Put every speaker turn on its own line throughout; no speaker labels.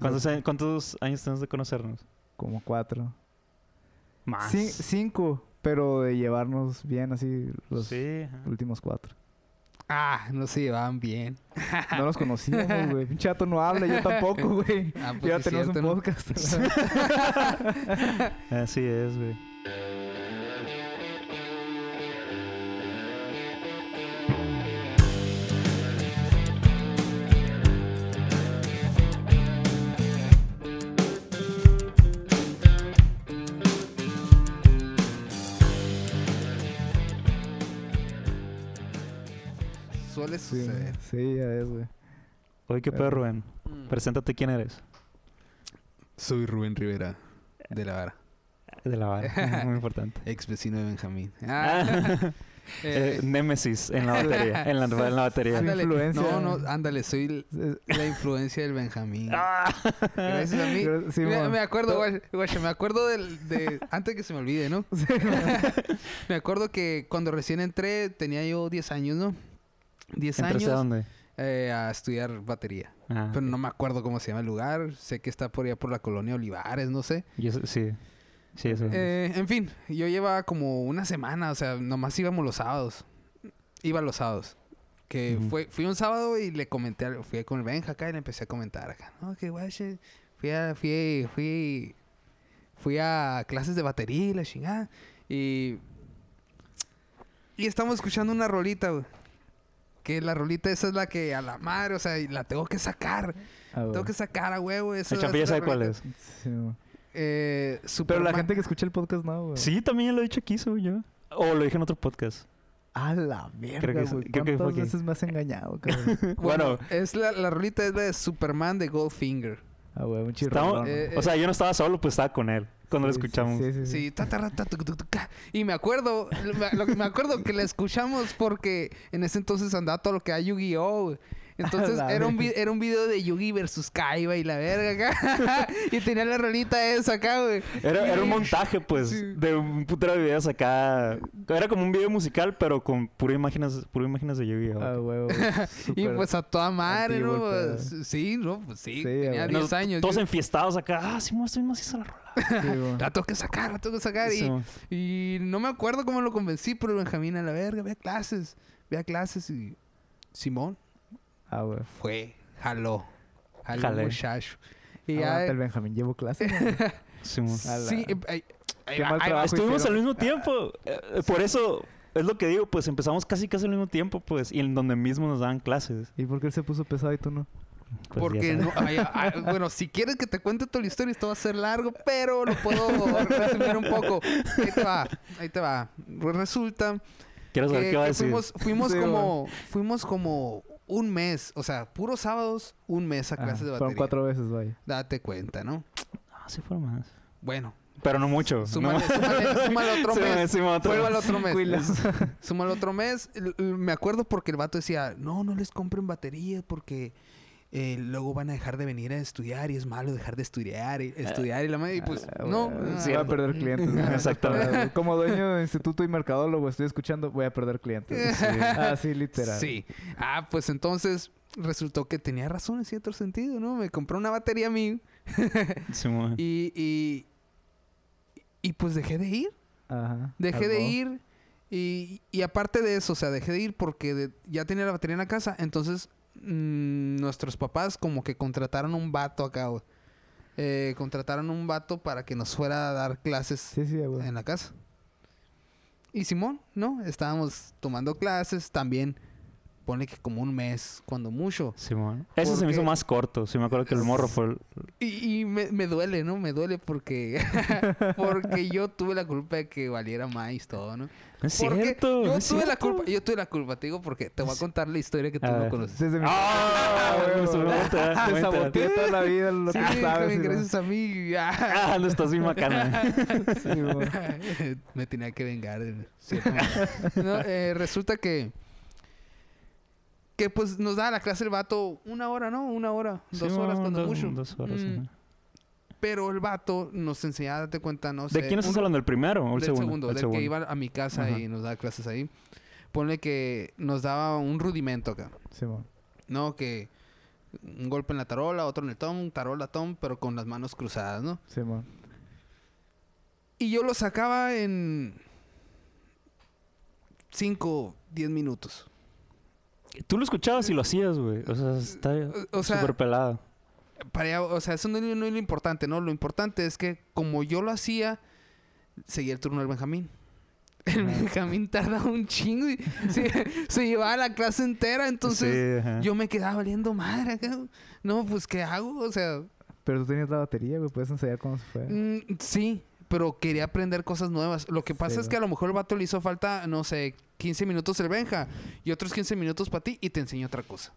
¿Cuántos, años, cuántos años tenemos de conocernos?
Como cuatro.
Más.
Cin- cinco, pero de llevarnos bien así los
Sí. ajá.
últimos cuatro.
Ah, no se llevaban bien.
No nos conocíamos, güey. Un chato no habla, yo tampoco, güey.
Ah,
Pues
ya
sí,
tenemos
cierto,
un
¿no?
podcast.
Así es, güey.
Suele
sí,
suceder.
sí, ya es, güey.
Oye, qué pedo, Rubén.
Mm.
Preséntate quién eres.
Soy Rubén Rivera, de La Vara,
De la vara. Muy importante.
ex vecino de Benjamín. Ah,
Ah,
eh,
eh, Némesis en la batería. En la, en la batería.
ándale.
influencia.
No, no, ándale, soy l-
Es-
la influencia del Benjamín.
Ah.
Gracias a mí.
Gra- sí,
me,
mon.
me acuerdo,
To-
guacha, guacha, me acuerdo del, de... Antes que se me olvide, ¿no? me acuerdo que cuando recién entré tenía yo 10 años, ¿no? 10
¿Entraste a
años
dónde?
eh, a estudiar batería.
Ah,
Pero no me acuerdo cómo se llama el lugar. Sé que está por allá por la colonia Olivares, no sé.
yo sé- sí. Sí, eso.
Eh, en fin, yo llevaba como una semana, o sea, nomás íbamos los sábados. Iba los sábados. Que
Ujú.
fue, fui un sábado y le comenté, al- fui con el Benja acá y le empecé a comentar acá. No, que guay, che, fui a, fui, fui, fui a clases de batería y la chingada. Y, y estamos escuchando una rolita, güey. Que la rolita esa es la que a la madre, o sea, y la tengo que sacar.
Ah, güey.
Tengo que sacar a huevo. esa-
El Champi ya
esa
sabe cuál
rolita.
es.
Sí, mon.
Eh,
Pero la
Superman-
gente que escucha el podcast no, güey.
Sí, también ya lo he dicho aquí, soy yo. O lo dije en otro podcast.
A la
Creo que
verga,
es-
güey.
creo que fue
¿Cuántas
aquí.
veces me has engañado, cabrón?
Bueno,
Bueno.
es la, la rolita es la de Superman de Goldfinger.
Ah, güey, un
Estamos-
chirrón.
Eh,
o sea, yo no estaba solo, pues estaba con él. Cuando lo escuchamos.
Sí, sí, sí.
Sí, ta, ta, ra, ta, tuc, tuc, tuc, ca. y me acuerdo, me, lo- me acuerdo que la escuchamos porque en ese entonces andaba todo lo que da Yu-Gi-Oh. güey. Entonces
A la
era un, vi- era un video de Yugi versus Kaiba y la verga acá. y tenía la rolita esa acá, güey.
Era, era un
Y-
montaje, pues,
Sí.
de un putero de videos acá. Era como un video musical, pero con puras imágenes, puras imágenes de Yu-Gi-Oh.
Ah, güey.
Y pues a toda madre,
antiguo el
¿no?
pedo.
Sí, no, pues sí.
Sí,
tenía
güey.
10
Nos-
años.
Todos
yo-
enfiestados acá. Ah, sí, me estoy más hizo la rola.
La tengo que sacar, la tengo que sacar. y-
Sí, mo.
Y no me acuerdo cómo lo convencí, pero Benjamín a la verga, ve a clases, ve a clases y Simón
Ah, güey.
fue, jaló, jaló
Jalé.
muchacho. Y ya,
Aguanta el Benjamín, llevo clase.
Sí, mo.
A la-
sí, eh, ahí- ahí
Qué
va,
mal
ahí va,
trabajo
Ah, Estuvimos al
hicieron.
mismo tiempo. eh, eh, por eso, es lo que digo, pues empezamos casi casi al mismo tiempo, pues, y en donde mismo nos daban clases.
¿Y por qué él se puso pesado y tú no?
Pues, ya
porque no, ahí- ahí- bueno, si quieres que te cuente toda la historia, esto va a ser largo, pero lo puedo resumir un poco. Ahí te va, ahí te va. Resulta
sabes. Quiero saber
que-
qué va a
que
decir.
fuimos, fuimos
Sí,
como, fuimos como un mes, o sea, puros sábados, un mes a clases
Ajá,
de
Fueron
batería.
cuatro veces, vaya.
Date cuenta, ¿no?
Ah, sí fueron más.
Bueno,
Pero no mucho.
Súmale,
no.
súmale, súmale otro
Sí, mo,
mes.
sí, mo, otro
Vuelvo al
mes.
otro mes.
Cuilas.
Súmale otro mes. L- l- Me acuerdo porque el vato decía, no, no les compren batería porque eh, luego van a dejar de venir a estudiar y es malo dejar de estudiar y estudiar y la madre. Y pues,
Ah,
no.
güey,
ah,
Voy a perder clientes. güey.
Exactamente.
Como dueño de instituto y mercadólogo, estoy escuchando, voy a perder clientes. Sí. Ah, sí, literal.
Sí. Ah, pues entonces resultó que tenía razón en cierto sentido, ¿no? Me compró una batería a mí
Sí, mo.
y, y, y pues dejé de ir.
Ajá.
Dejé de
Algo.
ir y, y aparte de eso, o sea, dejé de ir porque de- ya tenía la batería en la casa. Entonces, mm, nuestros papás como que contrataron un vato acá, güey. Eh, contrataron un vato para que nos fuera a dar clases
Sí, sí, güey.
en la casa. Y Simón, ¿no? Estábamos tomando clases también. Pone que como un mes, cuando mucho.
Simón. Ese se
Porque-
me hizo más corto. Sí, me acuerdo que el morro fue el-
Y, y me, me duele, ¿no? Me duele porque, porque yo tuve la culpa de que valiera más todo, ¿no?
No es
Porque
cierto.
Yo
no
tuve
es
la
cierto.
culpa, yo tuve la culpa, te digo porque te voy a contar la historia que tú
A
no
ver.
conoces.
Desde mi...
Ah,
Ah,
güey,
güey,
se me
güey.
mata, me
Te
mata.
saboteé toda la vida lo
Sí,
que sabes.
Kevin,
güey.
gracias a mí. ya.
Ah, no estás bien macana.
Sí, güey.
Me tenía que vengar. de cierta manera. No, eh, resulta que que pues nos da la clase el vato una hora, ¿no? Una hora,
Sí,
dos horas
mo,
cuando
dos-
mucho.
Dos horas.
Mm,
ajá.
Pero el vato nos enseñaba, date cuenta, no sé.
¿De quién estás
un-
hablando? ¿El primero o el
del
segundo?
del
El segundo.
que iba a mi casa
Ajá.
y nos daba clases ahí. Ponle que nos daba un rudimento acá.
Simón.
No, que un golpe en la tarola, otro en el tom, tarola, tom, pero con las manos cruzadas, ¿no?
Simón.
Y yo lo sacaba en 5, 10 minutos.
Tú lo escuchabas y lo hacías, güey. O sea, está
o sea-
súper pelado.
Para allá, o sea, eso no, es- no es lo importante, ¿no? Lo importante es que como yo lo hacía, seguía el turno del Benjamín. El Benjamín tardaba un chingo y se, se llevaba la clase entera, entonces
Sí, ajá.
yo me quedaba valiendo madre acá. No, pues ¿qué hago? O sea,
Pero tú tenías la batería, güey. Puedes ensayar cómo se fue.
Mm, sí, pero quería aprender cosas nuevas. Lo que pasa
Sí,
es
¿no?
que a lo mejor el vato le hizo falta, no sé, 15 minutos el Benja y otros 15 minutos para ti y te enseño otra cosa.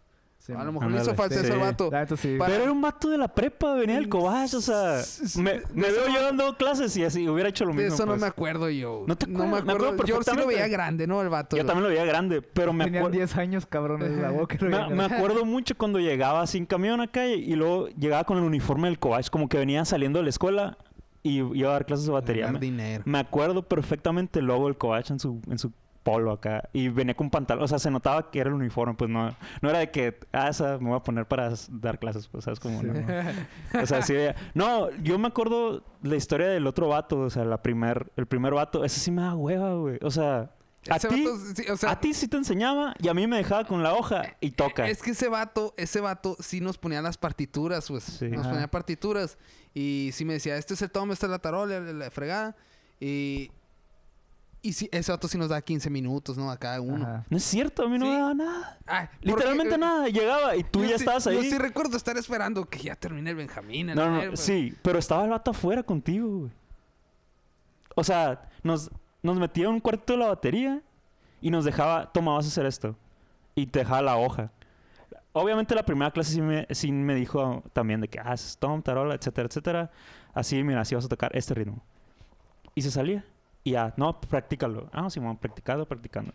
a lo mejor le hizo
Ándale,
falta
sí.
eso al vato.
Ah, entonces sí.
para- Mm,
Pero era un vato de la prepa, venía del cobach, o sea, me, me veo yo dando clases y así hubiera hecho lo
De
mismo.
eso no
pues.
me acuerdo yo.
¿No te
me
acuerdas? Me
acuerdo.
acuerdo
yo sí lo
perfectamente.
veía grande, ¿no? El vato.
Yo también lo veía grande, pero me,
Tenían
acuer-
10 años, cabrón. Es la boca. que lo
me,
veían
me
grande.
acuerdo mucho cuando llegaba sin camión acá y, y luego llegaba con el uniforme del cobach, como que venía saliendo de la escuela y iba a dar clases de batería.
Ganar
Me,
dinero.
me acuerdo perfectamente el logo del cobach en su, en su polo acá y venía con pantalón, o sea, se notaba que era el uniforme, pues no, no era de que, ah, esa me voy a poner para s- dar clases, pues sabes como
Sí,
no.
mo.
O sea, sí. veía- No, yo me acuerdo la historia del otro vato, o sea, la primer, el primer vato. Ese sí me da hueva, güey. O sea, a
Ese
ti,
vato, sí, o sea, Eh,
a ti sí te enseñaba y a mí me dejaba con la hoja y toca.
Es que ese vato, ese vato sí nos ponía las partituras, pues.
Sí.
Nos
Ajá.
ponía partituras. Y sí me decía, este es el tomo, esta es la tarola, la, la fregada. Y, y sí, ese vato sí nos da 15 minutos, ¿no? A cada uno.
Ajá.
No es cierto, a mí no
Sí.
me daba nada.
Ah, porque-
Literalmente
eh,
nada. Llegaba y tú
yo
ya
sí-
estabas ahí.
Yo sí recuerdo estar esperando que ya termine el Benjamín. el pues.
no, no,
verbo.
sí. Pero estaba el vato afuera contigo, güey. O sea, nos, nos metía en un cuarto de la batería y nos dejaba, toma, vas a hacer esto. Y te dejaba la hoja. Obviamente la primera clase sí me, sí me dijo también de que, ah, es tom, tarola, etcétera, etcétera. Así, mira, así vas a tocar este ritmo. Y se salía. Y ya, no, practícalo. Ah, sí, bueno, practicando, practicando.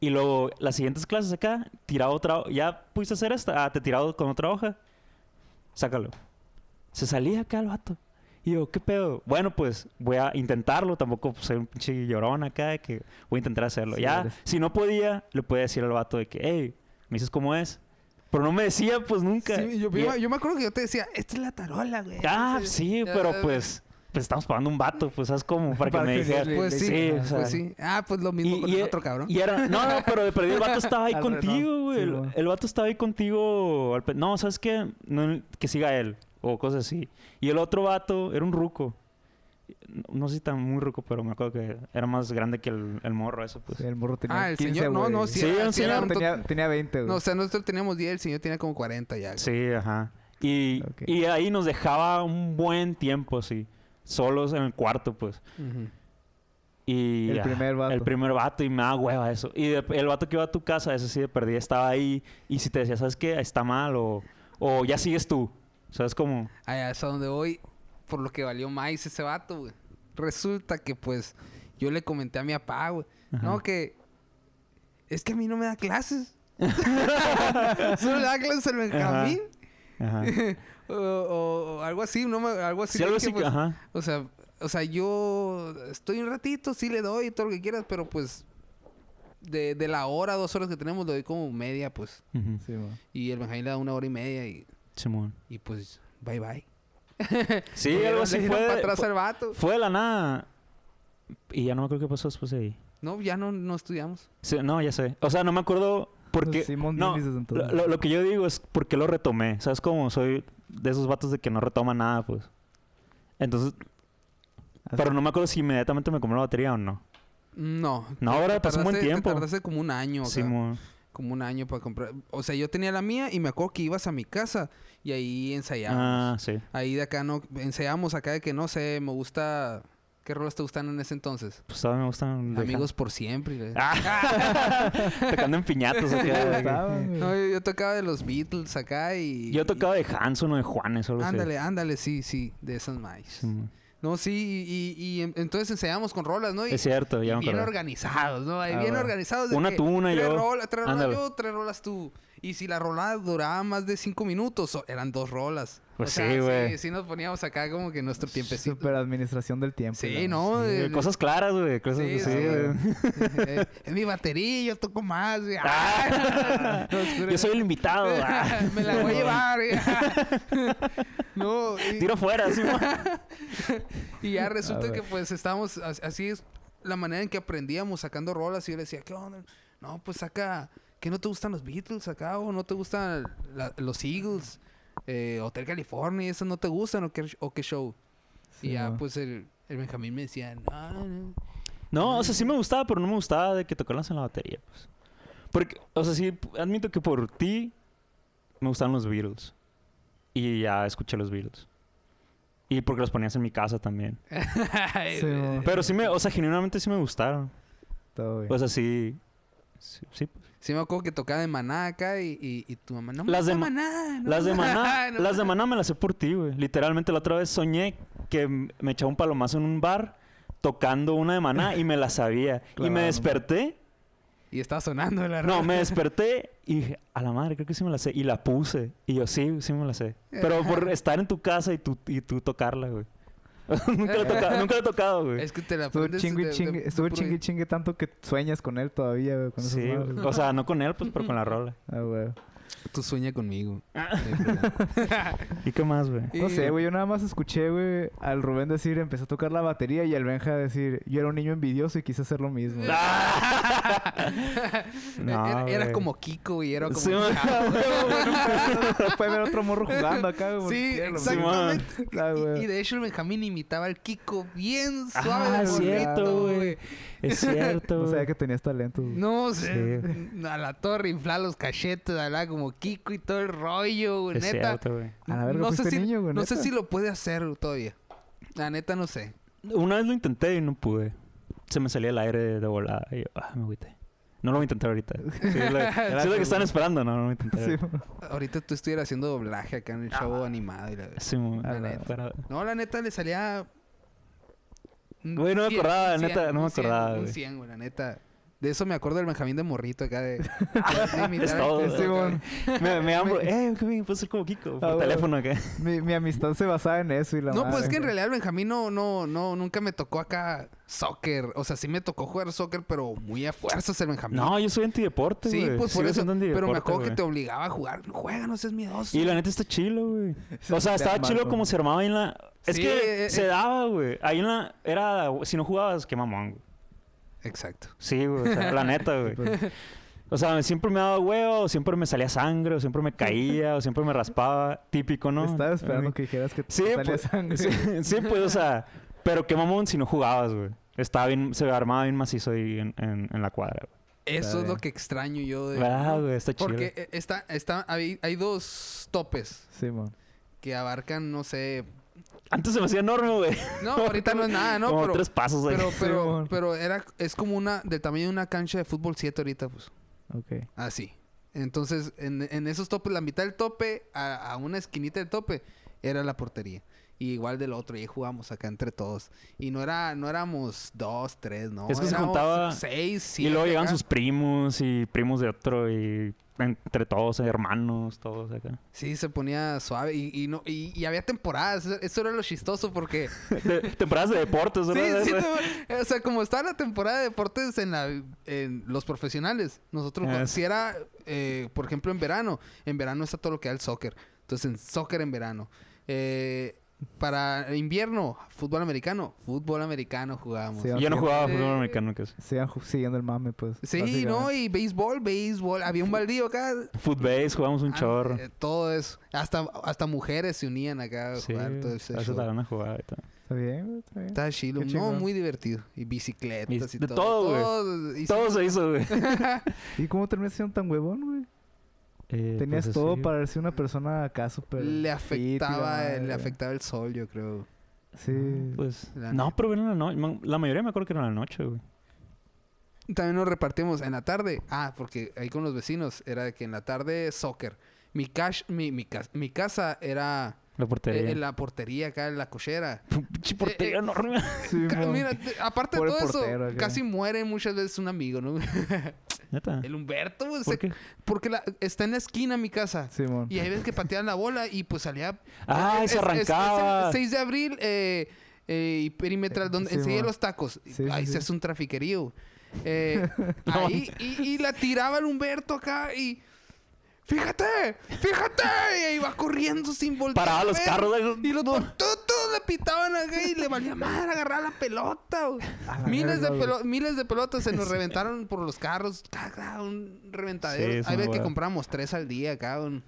Y luego, las siguientes clases acá, tiraba otra, ho- ya pudiste hacer esta, ah, te tirado con otra hoja. Sácalo. Se salía acá el vato. Y yo, ¿qué pedo? Bueno, pues voy a intentarlo. Tampoco soy un pinche llorón acá de que voy a intentar hacerlo.
Sí,
ya,
eres.
si no podía, le podía decir al vato de que, hey, me dices cómo es. Pero no me decía, pues nunca.
Sí, yo,
Y-
yo- yo me acuerdo que yo te decía, esta es la tarola, güey.
Ah,
Entonces,
sí,
ya-
pero pues, pues estamos pagando un vato, pues sabes como para que
Para
me
que
dijera.
le-
Pues
le-
sí,
sí, o sea.
pues sí. Ah, pues lo mismo con el otro cabrón.
y era, no, no, pero de perdido el vato estaba ahí
Al
contigo,
Renault,
güey.
sí,
el,
güey.
el vato estaba ahí contigo. al pe- no, ¿sabes qué? No, que siga él. O cosas así. Y el otro vato era un ruco. No, no sé si tan muy ruco, pero me acuerdo que era más grande que el, el morro, eso, pues.
Sí, El morro tenía
ah, el
15,
señor. No,
güey.
no, sí,
Sí,
era-
era un
sí era
señor,
un tot-
tenía, tenía 20, güey.
No, o sea, nosotros teníamos 10, el señor tenía como 40 ya. güey.
Sí, ajá. Y,
Ok.
y ahí nos dejaba un buen tiempo, así. Solos en el cuarto, pues.
Ujú.
Y
El
ah,
primer vato.
El primer vato y me da hueva eso. Y de- el vato que iba a tu casa, ese sí de perdida estaba ahí. Y si te decía, ¿sabes qué? Está mal o, o ya sigues tú. ¿Sabes cómo?
Allá es a donde voy, por lo que valió más ese vato, güey. Resulta que, pues, yo le comenté a mi papá, güey. No, que... Es que a mí no me da clases. Solo le da clases al Benjamín.
Ajá.
o, o- o algo así, no me- algo así.
Sí, algo
Le dije,
así,
pues,
ajá.
O sea, o sea, yo estoy un ratito, sí le doy todo lo que quieras, pero pues... De, de la hora, dos horas que tenemos, le doy como media, pues.
Ujú.
Sí, mo.
Y el Benjamín le da una hora y media y...
Simón.
Y pues, bye bye.
Sí,
Pues, Le dieron-
algo
le
así
dieron
fue.
para
de-
atrás
fue,
al vato.
fue de la nada. Y ya no me acuerdo qué pasó después de ahí.
No, ya no, no estudiamos.
Sí, no, ya sé. O sea, no me acuerdo porque...
Simón
no,
Dennis desde
lo,
entonces.
lo- lo que yo digo es porque lo retomé. ¿Sabes cómo? Soy de esos vatos de que no retoma nada, pues. Entonces...
Así-
Pero no me acuerdo si inmediatamente me compré la batería o no.
No.
No,
te-
ahora
te
pasó un buen
tardaste- te
tiempo.
tardaste como un año. acá.
Simón.
como un año para comprar. O sea, yo tenía la mía y me acuerdo que ibas a mi casa y ahí
Ah,
ensayábamos.
sí.
Ahí de acá no... Ensayábamos acá de que no sé, me gusta... ¿Qué rolas te gustan en ese entonces?
Pues a mí me gustan... de-
Amigos por siempre. y le-
Ah. Tocando en piñatos. acá,
Sí,
güey.
estaba, güey.
No, yo, yo tocaba de los Beatles acá y...
Yo tocaba de Hanson o de Mm. Juanes, solo
y-
sé.
Ándale, ándale, sí, sí, de esas más.
Simón.
No, sí, y, y- y en- entonces ensayábamos con rolas, ¿no? Y,
Es cierto,
y
ya me
bien
acuerdo.
organizados, ¿no? Ahí
Ah,
bien
bueno.
organizados. de
Una
que
tú, una
tres
yo.
rolas, tres rolas
Ándale.
yo, tres rolas tú. Y si la rolada duraba más de cinco minutos, so- eran dos rolas.
Pues
o sea,
sí, güey.
sí, sí nos poníamos acá como que nuestro tiempecito.
Super administración del tiempo.
Sí,
digamos.
no,
Sí,
el-
Cosas claras, güey. Cosas
Sí,
así,
sí.
güey.
Eh, es mi batería, yo toco más. güey.
Ah.
Nos juro.
Yo soy el invitado. ah.
Me la voy a llevar. ya. no, y-
Tiro fuera, sí, mo-
Y ya resulta
ver.
que pues estábamos, as- así es la manera en que aprendíamos sacando rolas y yo le decía, ¿qué onda? No, pues saca, que no te gustan los Beatles acá o no te gustan la- los Eagles, eh, Hotel California, esos no te gustan o qué, o qué show.
Sí,
y ya
mo.
pues el, el Benjamín me decía, no, no".
No, o sea, sí
Mm.
me gustaba, pero no me gustaba de que tocarlas en la batería, pues. Porque, o sea, sí, p- admito que por ti me gustaban los Beatles. Y ya escuché los Beatles. Y porque los ponías en mi casa también.
Sí,
eh,
mo.
Pero sí me, o sea, genuinamente sí me gustaron.
Todo bien.
O sea, sí. Sí, sí, pues.
Sí me acuerdo que tocaba de Maná acá y, y, y tu mamá, no me
Las de
gusta
Ma-
Maná. no
Las de
me-
Maná,
no
las de
me-
Maná me las sé por ti, güey. Literalmente la otra vez soñé que m- me echaba un palomazo en un bar tocando una de Maná y me la sabía. y
Clavado,
me
¿no?
desperté.
Y estaba sonando la
No,
rola.
me desperté y dije, a la madre, creo que sí me la sé. Y la puse. Y yo, sí, sí me la sé. Pero por estar en tu casa y tú, y tú tocarla, güey. nunca, la he tocado- nunca la he tocado, güey.
Es que te la
Estuvo
aprendes
chingue,
de-
y
de-
chingue,
de
estuvo
puro-
chingue, y chingue tanto que sueñas con él todavía, güey. Con esas
Sí,
madres,
güey.
güey.
o sea, no con él, pues, pero con la rola.
Ah, güey.
Tú sueña conmigo.
Ah. ¿Y qué más, güey?
No
Y-
sé, güey. Yo nada más escuché, güey, al Rubén decir, empezó a tocar la batería y al Benja decir, yo era un niño envidioso y quise hacer lo mismo.
No,
era, era
güey.
como Kiko y era como...
Sí,
un
man.
chavo.
Puede ver otro morro jugando acá, güey.
Sí,
porque-
exactamente.
Ah, güey.
Y, y de hecho el Benjamín imitaba al Kiko bien
Ah,
suave de
es cierto,
morrito,
güey.
güey.
Es cierto,
No
güey.
sabía que tenías talento. güey.
No sé,
Sí.
a la torre inflar los cachetes, hablaba como Kiko y todo el rollo, güey,
Es
neta.
cierto, güey.
A la verga,
no sé
fuiste
si,
niño, güey,
no
neta.
sé si lo puede hacer todavía. La neta no sé.
Una vez lo intenté y no pude. Se me salía el aire de, de volada. Y yo, ah, me agüité. No lo voy a intentar ahorita. Sí, es lo, sí es lo que están esperando. No, no lo voy a intentar.
Sí,
ahorita.
güey.
Ahorita tú estuvieras haciendo doblaje acá en el show animado y la
Sí, mo-
La
ah,
neta.
para-
No, la neta le salía. un
Güey, no me
100,
acordaba,
un
la neta,
100,
no me
un 100,
acordaba,
Un
güey.
100, güey, la neta. De eso me acuerdo del Benjamín de Morrito acá de. de imitar
Es
al
todo,
Kiko,
sí,
acá.
bueno.
Me, me ambro. Eh, ¿qué me puedo ser como Kiko? Por
Ah, bueno.
teléfono acá.
Mi, mi amistad se basaba en eso y la
No, pues es
madre.
que en realidad el Benjamín no, no, no, nunca me tocó acá soccer. O sea, sí me tocó jugar soccer, pero muy a fuerzas el Benjamín.
No, yo soy antideporte,
sí,
güey.
pues
Sigo
por eso.
siendo
Pero me
antideporte,
acuerdo
güey.
que te obligaba a jugar. Juega, no seas miedoso.
Y la neta está chilo, güey.
Sí,
O sea,
te
estaba
amargo.
chilo como se armaba ahí en la... Es
Sí,
que
eh,
se
eh.
daba, güey. Ahí en la... Era... Si no jugabas, qué mamón, güey.
Exacto.
Sí, güey. O sea, la neta, güey.
Pues,
O sea, siempre me daba huevo, o siempre me salía sangre, o siempre me caía, o siempre me raspaba. Típico, ¿no?
Estaba esperando
Eh,
que dijeras que te
Sí,
salía
pues,
sangre.
sí, sí, pues, o sea... Pero qué mamón si no jugabas, güey. Estaba bien... Se armaba bien macizo ahí en, en- en la cuadra, güey.
Eso es lo
bien.
que extraño yo de.
¿Verdad, Ah, güey? Está chido.
Porque eh, está, está, hay- hay dos topes.
Sí, mon.
que abarcan, no sé.
Antes se me hacía enorme, güey.
No, ahorita no es nada, ¿no?
Como
pero,
tres pasos ahí.
pero, pero,
Simón.
pero era, es como una, del tamaño de una cancha de fútbol 7 ahorita, pues.
Ok.
Así. Entonces, en, en esos topes, la mitad del tope, a, a una esquinita del tope, era la portería. Y igual del otro, y ahí jugábamos acá entre todos. Y no era, no éramos dos, tres, no.
Es que se
éramos
juntaba-
seis,
y
siete
luego llegan
acá.
sus primos y primos de otro y entre todos, eh, hermanos, todos acá.
Sí, se ponía suave. Y, y no, y, y había temporadas. Eso- Eso era lo chistoso porque
De- temporadas de deportes,
Sí,
¿verdad?
sí, te- o sea, como estaba la temporada de deportes en, la, en los profesionales, nosotros,
Ah,
jugamos-
sí.
si era, eh, por ejemplo, en verano, en verano está todo lo que da el soccer. Entonces, en soccer en verano. Eh, para invierno, fútbol americano, fútbol americano jugábamos.
Sí,
Sí,
Y yo no jugaba
Eh,
fútbol americano, que es
Sigan ju- siguiendo el mame, pues.
¿no?
básicamente.
Y béisbol, béisbol. Había un baldío acá.
Footbase, jugamos un
Ah,
chorro.
eh, todo eso. Hasta, hasta mujeres se unían acá a
Sí,
jugar todo
a
ese
eso
show.
tardan a jugar y todo.
Está bien, güey, está bien.
Estaba chido.
Qué
No,
chingón.
muy divertido. Y bicicletas y
de
todo.
todo, güey.
Todo, y-
Todo se hizo, güey.
¿Y cómo terminaste siendo tan huevón, güey?
Eh,
Tenías
pues,
todo
así,
para ser una persona acá súper...
Le
fit y la
afectaba, eh,
madre,
le
güey.
afectaba el sol, yo creo.
Sí.
Pues,
La
no,
neta.
pero era en la noche. Man, La mayoría me acuerdo que era en la noche, güey.
También nos repartimos en la tarde. Ah, porque ahí con los vecinos era de que en la tarde soccer. Mi cash, mi, mi, cas- mi casa era
La
eh,
portería.
en la portería acá en la cochera.
Pinche portería
eh,
enorme.
Sí,
Ca-
mon.
Mira, te- aparte de
Pobre
todo eso,
portero acá.
casi muere muchas veces un amigo, ¿no?
Neta.
El Humberto, güey.
¿Por
se- eh,
qué?
Porque la- está en la esquina mi casa.
Simón.
Y ahí ves que pateaban la bola y pues salía.
Ah, y se arrancaba.
6 de abril eh, eh, y perimetral, donde
Sí,
enseguida
mo.
los tacos.
Sí, sí,
ahí
sí.
se hace un trafiquerío. Eh, ahí, y, y la tiraba el Humberto acá y. ¡Fíjate! ¡Fíjate! Y ahí va corriendo sin voltear.
Paraba
a
los
ver.
carros.
Y los todos le pitaban acá y le valía madre agarrar la pelota. güey.
A la
Miles de,
verga, güey.
pelo- miles de pelotas se nos reventaron por los carros. Caga, un
Sí,
reventadero.
es
Hay
una
veces que
hueva.
compramos tres al día acá. un-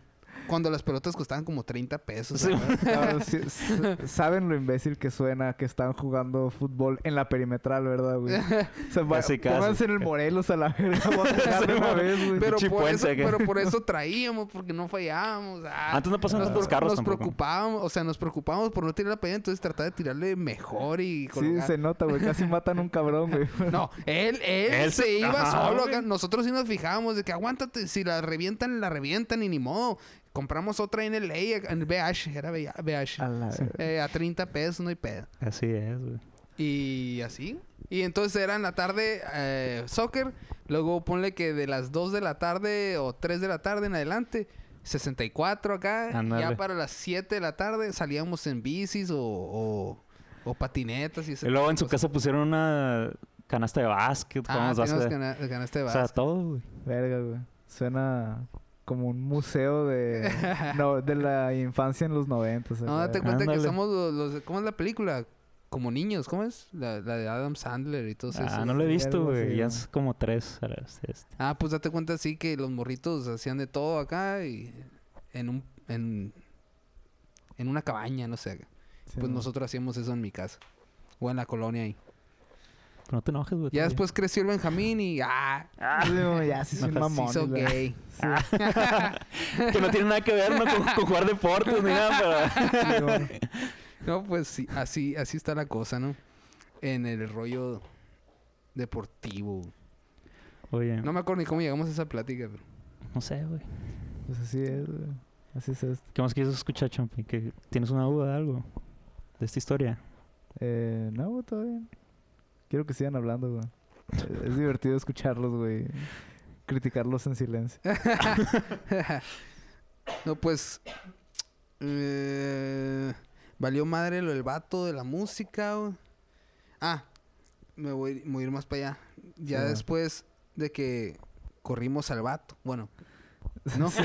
Cuando las pelotas costaban como 30 pesos.
Sí.
¿verdad?
Claro, sí, s- Saben lo imbécil que suena que están jugando fútbol en la perimetral, ¿verdad, güey? O sea, va-
Casi, casi.
pónganse en el Morelos a la verga. Vamos a jugar de
Sí,
una
mo-
vez, güey.
Pero
Pinche
por, eso,
puente acá.
pero por eso traíamos, porque no fallábamos. ah.
Antes no pasaban
nos,
tantos
pre-
carros
nos
tampoco.
preocupábamos, o sea, nos preocupábamos por no tirar la pelota, entonces tratar de tirarle mejor y
Sí,
colocar-
se nota, güey. Casi matan a un cabrón, güey.
No, él, él,
Él
se
se-
iba
Ajá,
solo
güey.
acá. Nosotros sí nos fijábamos de que aguántate, si la revientan, la revientan y ni modo. Compramos otra en el en el BH, era B- BH.
A la verga.
Eh, a 30 pesos, no hay pedo.
Así es, güey.
Y así. Y entonces era en la tarde eh, soccer. Luego ponle que de las 2 de la tarde o 3 de la tarde en adelante, 64 acá.
Ándale.
Ya para las 7 de la tarde salíamos en bicis o, o- o patinetas y ese
Y luego en su
tipo de
casa pusieron una canasta de básquet.
cosas. Ah,
jugamos
teníamos
básquet.
gana- ganaste
O sea,
básquet.
todo, güey.
Verga, güey. Suena como un museo de, no, de la infancia en los 90.
No, date cuenta que
Ándale.
somos los, los- ¿Cómo es la película? Como niños, ¿cómo es? La, la de Adam Sandler y todo eso.
Ah, no lo he
sí,
visto,
algo
güey.
así,
Ya
güey.
es como tres. a la vez, este.
Ah, pues date cuenta así que los morritos hacían de todo acá y en un en, en una cabaña, no sé. pues nosotros hacíamos eso en mi casa o en la colonia ahí.
Pero no te enojes, güey.
Ya
todavía.
después creció el Benjamín y ah,
ya, sí, soy
Ajá, sí,
mamón.
se hizo
y la-
gay.
Sí,
Que no tiene nada que ver ¿no? con, con jugar deportes ni nada, pero...
sí, güey.
No, pues sí, así así está la cosa, ¿no? En el rollo deportivo.
Oye,
No me acuerdo ni cómo llegamos a esa plática, pero
no sé, güey.
Pues así es, güey. Así es esto.
¿Qué más quieres escuchar, Champi? ¿Que ¿Tienes una duda de algo? ¿De esta historia?
Eh, no, güey, todo bien. Quiero que sigan hablando, güey. Es- Es divertido escucharlos, güey. Criticarlos en silencio.
No, pues. eh, valió madre lo del vato de la música. güey. Ah, me voy, me voy a ir más para allá. Ya
Sí, va.
después de que corrimos al vato. Bueno, no.
Sí.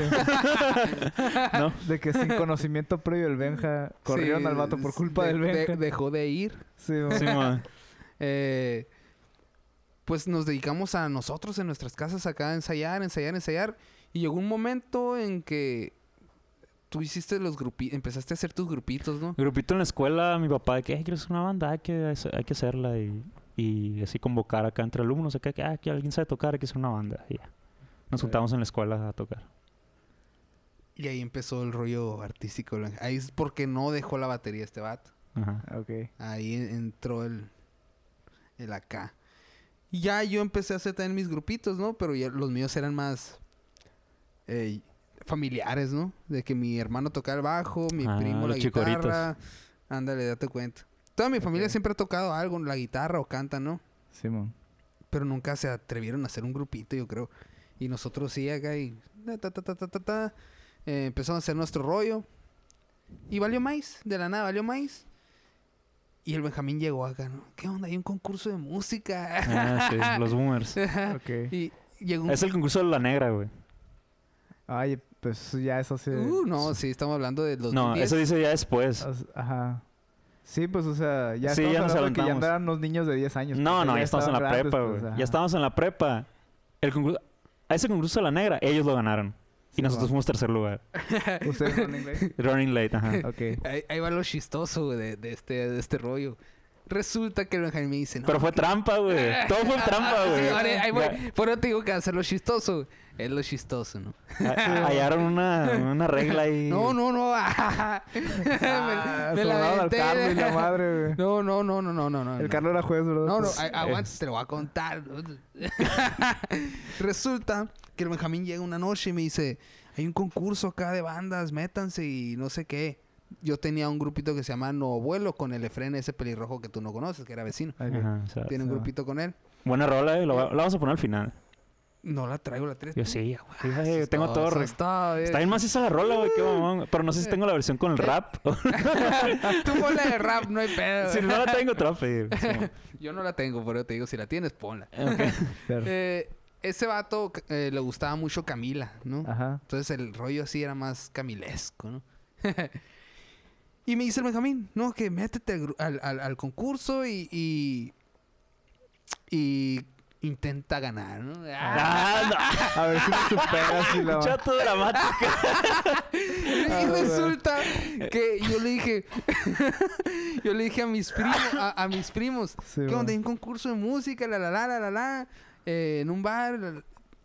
¿No?
De que sin conocimiento previo el Benja corrieron
sí,
al vato por culpa
de-
del
de-
Benja.
dejó de ir.
Sí, güey.
Sí, ma.
Eh, pues nos dedicamos a nosotros en nuestras casas acá a ensayar, ensayar, ensayar. Y llegó un momento en que tú hiciste los grupitos, empezaste a hacer tus grupitos, ¿no?
Grupito en la escuela, mi papá, de que, "Ey, quiero hacer una banda, hay que, hacer- hay que hacerla. Y, y así convocar acá entre alumnos, acá, que, ah, que alguien sabe tocar, hay que hacer una banda. Y ya. Nos
Sí.
juntamos en la escuela a tocar.
Y ahí empezó el rollo artístico. lo- Ahí es porque no dejó la batería este vato.
Ajá.
Ah, Ok.
Ahí en- entró el, el acá. Y ya yo empecé a hacer también mis grupitos, ¿no? Pero ya los míos eran más eh, familiares, ¿no? De que mi hermano tocaba el bajo, mi
Ah,
primo la
los chicoritos.
guitarra. Ándale, date cuenta. Toda mi familia
Ok.
siempre ha tocado algo, la guitarra o canta, ¿no?
Simón.
Pero nunca se atrevieron a hacer un grupito, yo creo. Y nosotros sí, acá y... na, ta, ta, ta, ta, ta, ta. Eh, empezamos a hacer nuestro rollo. Y valió maíz, de la nada valió maíz. Y el Benjamín llegó acá, ¿no? ¿Qué onda? Hay un concurso de música.
Ah, sí, los boomers.
Ok.
y llegó un...
Es el concurso de la negra, güey.
Ay, pues ya eso sí.
Uh, no, sí, estamos hablando de los...
No, eso dice ya después.
O sea, Ajá. Sí, pues, o sea, ya,
Sí,
estamos
ya nos
hablando de que ya
adelantamos.
andaban los niños de 10 años.
No,
pues,
no, ya estamos en la
estaban grandes,
prepa,
pues,
güey.
ajá.
Ya estábamos en la prepa. El concurso... A ese concurso de la negra, ellos lo ganaron. Y
Sí,
nosotros
va.
fuimos tercer lugar.
¿Ustedes son inglés?
Running late, ajá.
Ok.
Ahí, ahí va lo chistoso güey, de, de este, de este rollo. Resulta que el Benjamín dice... No,
Pero fue trampa, güey. Todo fue trampa,
Ah, sí,
güey.
ahora ahí voy.
Ya,
Por eso te digo que hacer lo chistoso. Es lo chistoso, ¿no?
ha- Ah, Hallaron una, una regla ahí.
No, no, no. ah, me-
Ah,
me
se
la
mandaron al
aventé.
Carlos y la madre, güey.
No, no, no, no, no, no, no.
El
no.
Carlos era juez, ¿verdad?
No, no,
Pues,
a- aguanta, te lo voy a contar. Resulta que el Benjamín llega una noche y me dice, hay un concurso acá de bandas, métanse y no sé qué. Yo tenía un grupito que se llama No Vuelo con el Efren, ese pelirrojo que tú no conoces, que era vecino.
ok.
Ajá, o sea,
Tiene un
Ah.
grupito con él.
buena rola, eh. Lo, va- lo vamos a poner al final.
No la traigo la 3.
Yo sí, güey. Ay, yo tengo todo. re-
Está bien.
Está bien más esa la rola, güey. Qué mamón. Pero no sé si tengo la versión con el rap.
Tú ponla de rap, no hay pedo.
si
güey.
no la tengo, te la voy a pedir.
Yo no la tengo, por eso te digo, si la tienes, ponla.
Pero-
Eh, ese vato eh, le gustaba mucho Camila, ¿no?
Ajá.
Entonces el rollo así era más camilesco, ¿no? y me dice el Benjamín, no, que métete al, gru- al- al- al concurso y, y, y intenta ganar, ¿no? Ah,
Ah,
A ver si me superas y la
no. Chato dramático.
y
Ah, bueno.
resulta que yo le dije, yo le dije a mis primos, a, a mis primos,
Sí,
que
bueno.
donde hay un concurso de música, la la la la la la, eh, en un bar, la- la-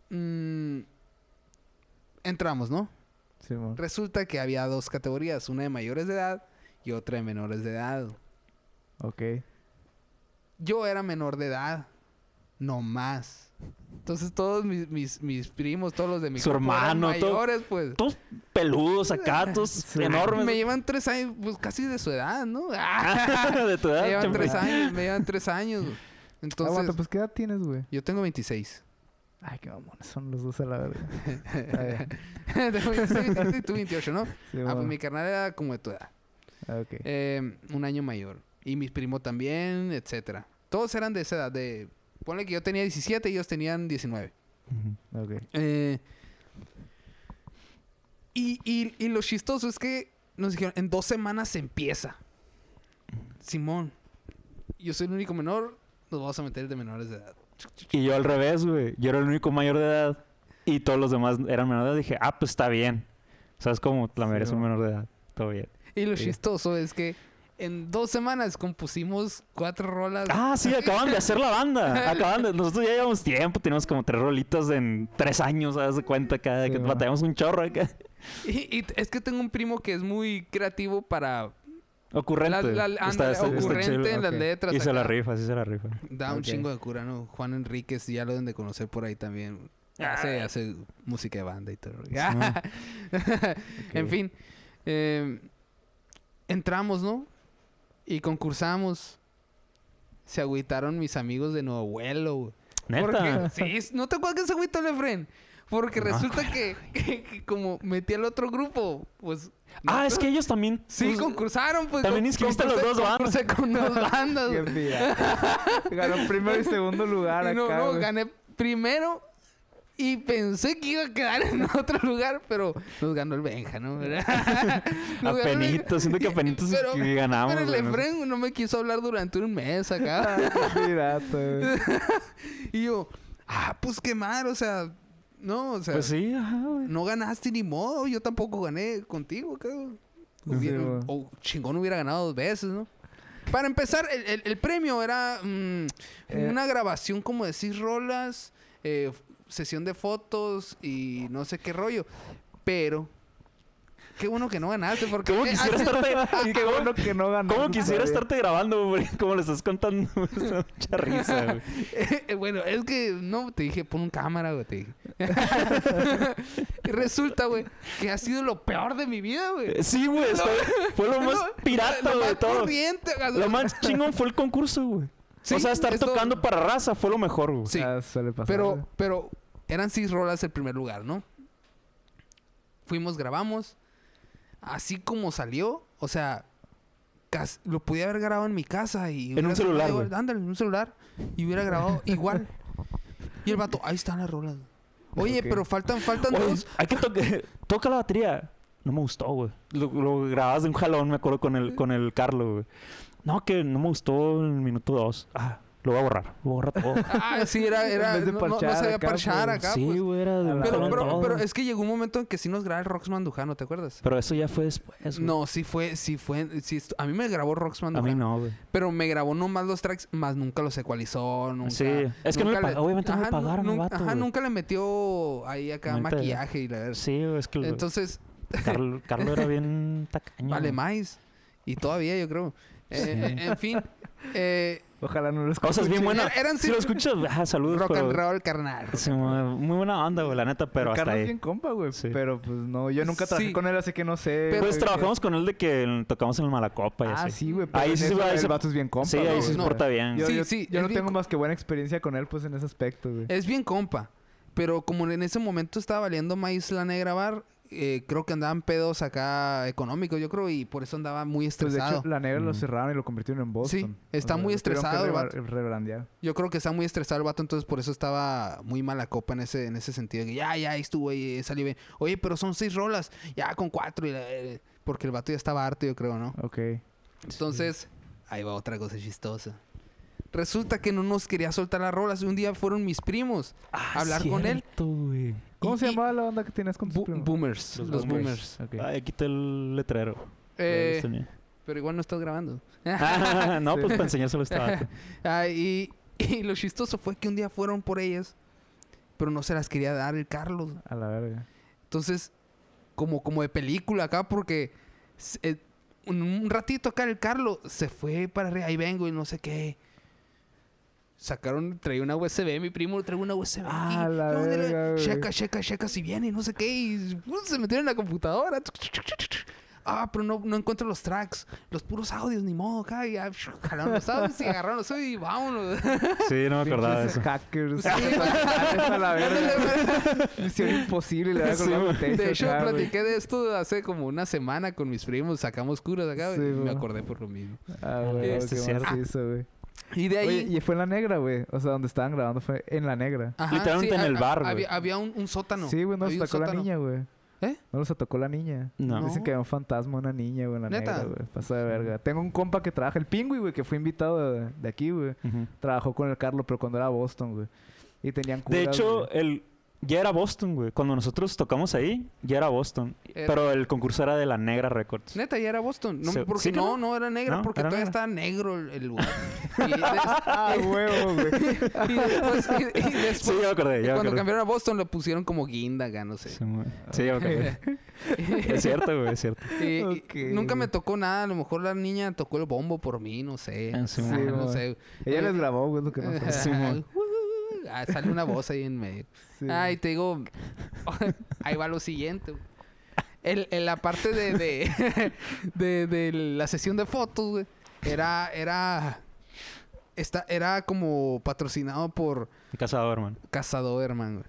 mm, entramos, ¿no?
Sí, mon.
Resulta que había dos categorías, una de mayores de edad y otra de menores de edad.
Ok.
Yo era menor de edad, no más. Entonces todos mis, mis, mis primos, todos los de mi
Su
grupo eran
hermano, todo-
mayores, pues.
Todos peludos acá, todos enormes.
Me llevan tres años, pues casi de su edad, ¿no? Ah,
de tu edad.
me llevan
te
tres
enfrentas.
años, me llevan tres años. Entonces,
Aguanta, pues ¿qué edad tienes, güey?
yo tengo 26.
Ay, qué mamones son los dos a la verga. Está bien.
tengo 26 y tú 28, ¿no?
Sí,
Ah, pues
mon.
mi carnal era como de tu edad.
Ah, ok.
Eh, un año mayor. Y mis primos también, etcétera. Todos eran de esa edad. De... Ponle que yo tenía 17 y ellos tenían 19.
Ujú.
Ok.
Eh, y, y, y lo chistoso es que nos dijeron, en dos semanas se empieza. Simón, yo soy el único menor, nos vamos a meter de menores de edad.
Y yo al revés, güey. Yo era el único mayor de edad. Y todos los demás eran menor de edad. Dije, ah, pues está bien. ¿Sabes cómo? La mayoría
Sí,
son
no.
menor de edad. Todo bien.
Y lo
Sí.
chistoso es que en dos semanas compusimos cuatro rolas.
Ah, sí, acaban de hacer la banda. Acaban de... Nosotros ya llevamos tiempo. Tenemos como tres rolitas en tres años. ¿Sabes de cuenta? Cada
Sí,
que
va.
batallamos un chorro acá.
Y, y es que tengo un primo que es muy creativo para
Ocurrente.
La- la- ándale, ocurrente
chido.
en las
ok.
letras.
este Y se la
acá.
rifa, sí se la rifa.
Da un
Ok.
chingo de cura, ¿no? Juan Enríquez ya lo deben de conocer por ahí también.
Ah.
Hace, hace música de banda y todo. En fin, eh, entramos, ¿no? Y concursamos. Se agüitaron mis amigos de Nuevo Vuelo. güey.
Neta.
Porque, sí, ¿no te acuerdas que se agüitó el Efren? Porque
No me
resulta que, que- que como metí al otro grupo, pues...
Ah,
no-
es que ellos también.
Sí,
pues,
concursaron, pues...
También
con-
inscribiste a las
concursé-
dos bandas.
concursé con dos bandas.
Qué
güey.
pirata. Ganó primero y segundo lugar
Y
acá.
no, no,
güey.
gané primero y pensé que iba a quedar en otro lugar, pero nos ganó el Benja, ¿no? Nos ganó el
Apenitos, siento que apenitos
Pero-
que ganamos.
Pero el
güey, no sé.
Efren no me quiso hablar durante un mes acá.
Ah, Qué pues. pirata, güey.
Y yo, ah, pues qué mal, o sea, no, o sea,
Pues sí, ajá, güey.
no ganaste ni modo, yo tampoco gané contigo, cabrón. Hubiera-
Sí, güey.
o chingón hubiera ganado dos veces, ¿no? Para empezar, el, el- el premio era mm,
Eh.
una grabación como de seis rolas, eh, f- sesión de fotos y no sé qué rollo. Pero, qué bueno que no ganaste porque...
¿Cómo
eh,
quisiera
así-
estarte,
Qué bueno que no ganó. pues,
¿Cómo
Está
quisiera
bien.
estarte grabando, güey? Como le estás contando. Me está mucha risa, güey.
Eh, bueno, es que no, te dije, pon un cámara, güey. Te dije. y resulta, güey, que ha sido lo peor de mi vida, güey.
Sí, güey. estoy- Fue lo más
No,
pirata,
lo
güey, de
más
todo.
corriente, o sea,
Lo más chingón fue el concurso, güey.
Sí,
o sea, estar
es todo.
tocando para raza fue lo mejor, güey.
Sí,
Ah, suele pasar. güey.
pero, pero eran seis rolas el primer lugar, ¿no? Fuimos, grabamos. Así como salió, o sea, cas- lo podía haber grabado en mi casa y... hubiera
un
salido
celular,
igual.
güey.
Ándale, en un celular. Y hubiera grabado igual. Y el vato, ahí están las rolas. Oye,
Ok.
pero faltan, faltan
Oye,
dos.
hay que tocar. Toca la batería. No me gustó, güey. Lo, lo grababas de un jalón, me acuerdo, con el, con el Carlo, güey. No, que no me gustó el minuto dos. Ah, lo voy a borrar. Lo voy a borrar todo.
Ah, sí, era, era-
En vez de
no, no- no
parchar
sabía
acá,
parchar
pues.
acá.
sí,
pues.
güey, era de un
Pero-
jalón
Pero, pero,
todo.
pero es que llegó un momento en que sí nos graba el Roxman Dujano, ¿te acuerdas?
Pero eso ya fue después, güey.
No, sí fue, sí fue, sí, estu- a mí me grabó Roxman
A
Dujano.
mí no, güey.
Pero me grabó nomás los tracks, más nunca los ecualizó, nunca.
Sí, es que no
nunca
le pag- obviamente no le
Ajá, nu-
pagaron al
nunca-
vato,
Ajá,
güey.
nunca le metió ahí acá
Neta.
maquillaje y la verdad.
Sí, güey, es que el-
Entonces,
Carlo, Carlo era bien tacaño.
vale
güey.
más. Y todavía, yo creo. Eh, en fin, eh,
Ojalá no lo escuches.
Cosas bien buenas.
Eran
si lo escuchas, ajá, saludos.
rock and
pero-
roll, carnal.
Sí, muy muy buena onda, güey, la neta, pero hasta
Carlos es
ahí.
bien compa, güey.
Sí.
Pero pues no, yo nunca trabajé
Sí.
con él, así que no sé.
Pero-
güey,
Pues
qué-
trabajamos con él de que tocamos en el Malacopa y
Ah,
así.
sí, güey. Ahí
Ahí sí
sí
se va-
El
se-
vato es bien compa.
Sí, ahí
güey.
sí se
no.
porta bien.
Yo,
Sí,
yo-
sí,
yo
es
no
bien
tengo
co-
más que buena experiencia con él, pues en ese aspecto, güey.
Es bien compa. Pero como en ese momento estaba valiendo maíz la negra bar, eh, creo que andaban pedos acá económicos, yo creo, y por eso andaba muy
Pues de
estresado.
hecho, la negra lo
Ujú.
cerraron y lo convirtieron en Boston.
está muy
lo tuvieron que
estresado el
reba-
vato.
rebrandear.
Yo creo que está muy estresado el vato, entonces por eso estaba muy mala copa en ese, en ese sentido. Que ya, ya, ahí estuvo, ahí salió bien. Oye, pero son seis rolas, ya con cuatro. y la- eh, porque el vato ya estaba harto, yo creo, ¿no?
Ok.
Entonces, ahí va otra cosa chistosa. Resulta que no nos quería soltar las rolas. Un día fueron mis primos.
Ah,
hablar con él.
él.
¿Cómo
Y-
se
y-
llamaba la onda que tenías con tus
Bo-
primos?
boomers,
Los
los,
boomers.
boomers.
Ok.
Ay, quita el letrero.
Eh,
Ahí los tenía.
pero igual no estás grabando.
Ah, no, pues
sí.
para enseñárselo a este vato.
Ah, y, y lo chistoso fue que un día fueron por ellas, pero no se las quería dar el Carlos.
A la verga.
Entonces, como, como de película acá, porque s- eh, un, un ratito acá el Carlos se fue para arriba, ahí vengo y no sé qué. Sacaron, traía una USB, mi primo traía una USB.
Ah,
aquí.
la
No, dile,
verga, güey.
Checa, checa, checa si viene y no sé qué. Y uh, se metieron en la computadora. Ah, pero no, no encuentro los tracks, los puros audios, ni modo acá. Y ya, jalaron los audios y agarraron los audios y vámonos.
Sí, no me acordaba de
Pinches
eso.
Hackers.
Sí.
a la verga. Misión imposible. Le voy a
Sí,
colgar un
güey.
techo
De hecho,
acá, güey.
platiqué de esto hace como una semana con mis primos, sacamos curas acá
Sí,
y me
güey.
acordé por lo mismo.
Ah, güey,
Este
qué
es
macizo, güey.
Y de ahí.
Oye, y fue en la negra, güey. O sea, donde estaban grabando fue en la negra.
Ajá,
Literalmente en el bar, güey.
Había, había un, un sótano.
Sí, güey, no los
Había un
atacó la
sótano.
niña, güey.
¿Eh?
No los atacó la niña.
No.
Dicen que había un fantasma, una niña, güey, en la
¿Neta?
negra, güey. Pasa de verga. Tengo un compa que trabaja, el pingüi, güey, que fue invitado de, de aquí, güey.
Ujú.
Trabajó con el Carlos, pero cuando era Boston, güey. Y tenían curas,
De hecho,
güey.
el, ya era Boston, güey. Cuando nosotros tocamos ahí, ya era Boston.
Era-
Pero el concurso era de la Negra Records.
Neta, ya era Boston. No,
Se-
porque
¿sí que
no,
no?
no era negra,
No,
porque
era
todavía
negra.
estaba negro el, el lugar. y, des-
Ah, huevo, güey.
y después, y- y después-
Sí, ya me acordé, ya me
cuando
acordé.
cambiaron a Boston, le pusieron como guinda acá, no sé.
Sí, güey. Sí, ya me acordé. Es cierto, güey, es cierto.
Y- y
Ok,
nunca me
güey.
tocó nada. A lo mejor la niña tocó el bombo por mí, no sé.
Ah, sí,
Ajá,
güey.
no sé.
Ella
Oye,
les grabó, güey, lo que no sé.
Sí,
Ajá.
mon.
Ah, sale una voz ahí en medio.
Sí.
Ay, te digo, ahí va lo siguiente. güey. El, en la parte de, de, de- de la sesión de fotos, güey, era, era, esta- era como patrocinado por
Cazador, man.
Cazador, hermano.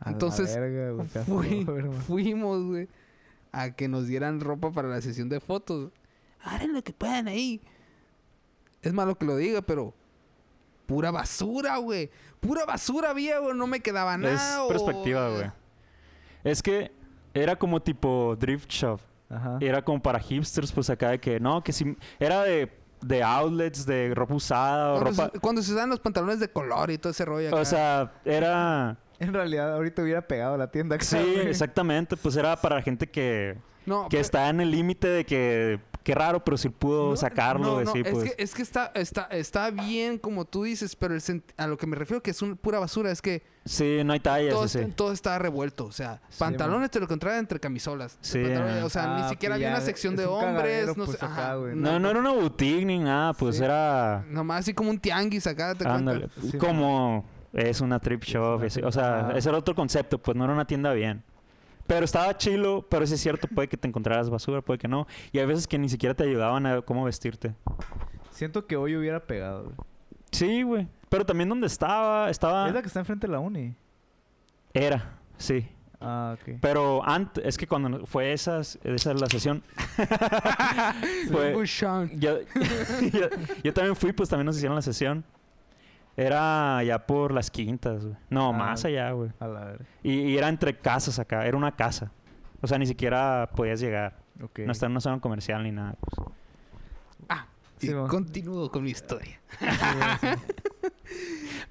A la
entonces,
verga, güey, qué
Fui-
asco, güey.
fuimos, güey, a que nos dieran ropa para la sesión de fotos. Hagan lo que puedan ahí. Es malo que lo diga, pero pura basura, güey. Pura basura había, güey. No me quedaba nada.
Es
o-
perspectiva, güey. Es que era como tipo drift shop.
Ah.
Ajá.
Era como para hipsters, pues acá de que no, que si. Era de, de outlets, de ropa usada o
Cuando,
ropa.
se, cuando se usan los pantalones de color y todo ese rollo. pues, acá.
O sea, era.
En realidad, ahorita hubiera pegado la tienda. acá,
Sí,
güey.
exactamente. Pues era para gente que,
no,
que
pe-
está en el límite de que. Qué raro, pero si pudo
no,
sacarlo.
no,
de
no,
sí,
es
pues.
que, es que está, está, está bien como tú dices, pero el sent- a lo que me refiero que es una pura basura es que
Sí, no hay tallas,
todo,
sí,
está-
sí.
todo está revuelto. O sea,
Sí,
pantalones te lo encontraba entre camisolas.
Sí,
Pantalones,
ah.
o sea, ni
Ah, pues
siquiera había
ya,
una sección
es
de
un
hombres.
cagadero,
No
pues,
sé,
acá,
ajá.
güey,
No, no era una boutique ni nada, pues
Sí.
era.
Nomás así como un tianguis acá. ¿te cuenta?
Ándale. pues,
Sí,
como es una trip
Sí, es
shop.
una
es-
trip-
o sea,
ajá.
ese era otro concepto, pues no era una tienda bien. Pero estaba chilo, pero sí es cierto, puede que te encontraras basura, puede que no. Y hay veces que ni siquiera te ayudaban a cómo vestirte.
Siento que hoy hubiera pegado, güey.
Sí, güey. Pero también donde estaba,
Es la
estaba.
que está enfrente de la uni.
Era, sí.
Ah, ok.
Pero antes, es que cuando no- fue esas, esa la sesión. fue-
Uy, Sean.
yo, yo, yo también fui, pues también nos hicieron la sesión. Era allá por las quintas, güey. No,
Ah,
más allá, güey.
A la verga.
Y, y era entre casas acá, era una casa. O sea, ni siquiera podías llegar.
Ok.
No está en una zona comercial ni nada. pues.
Ah, y
Sí, va.
continúo con mi historia.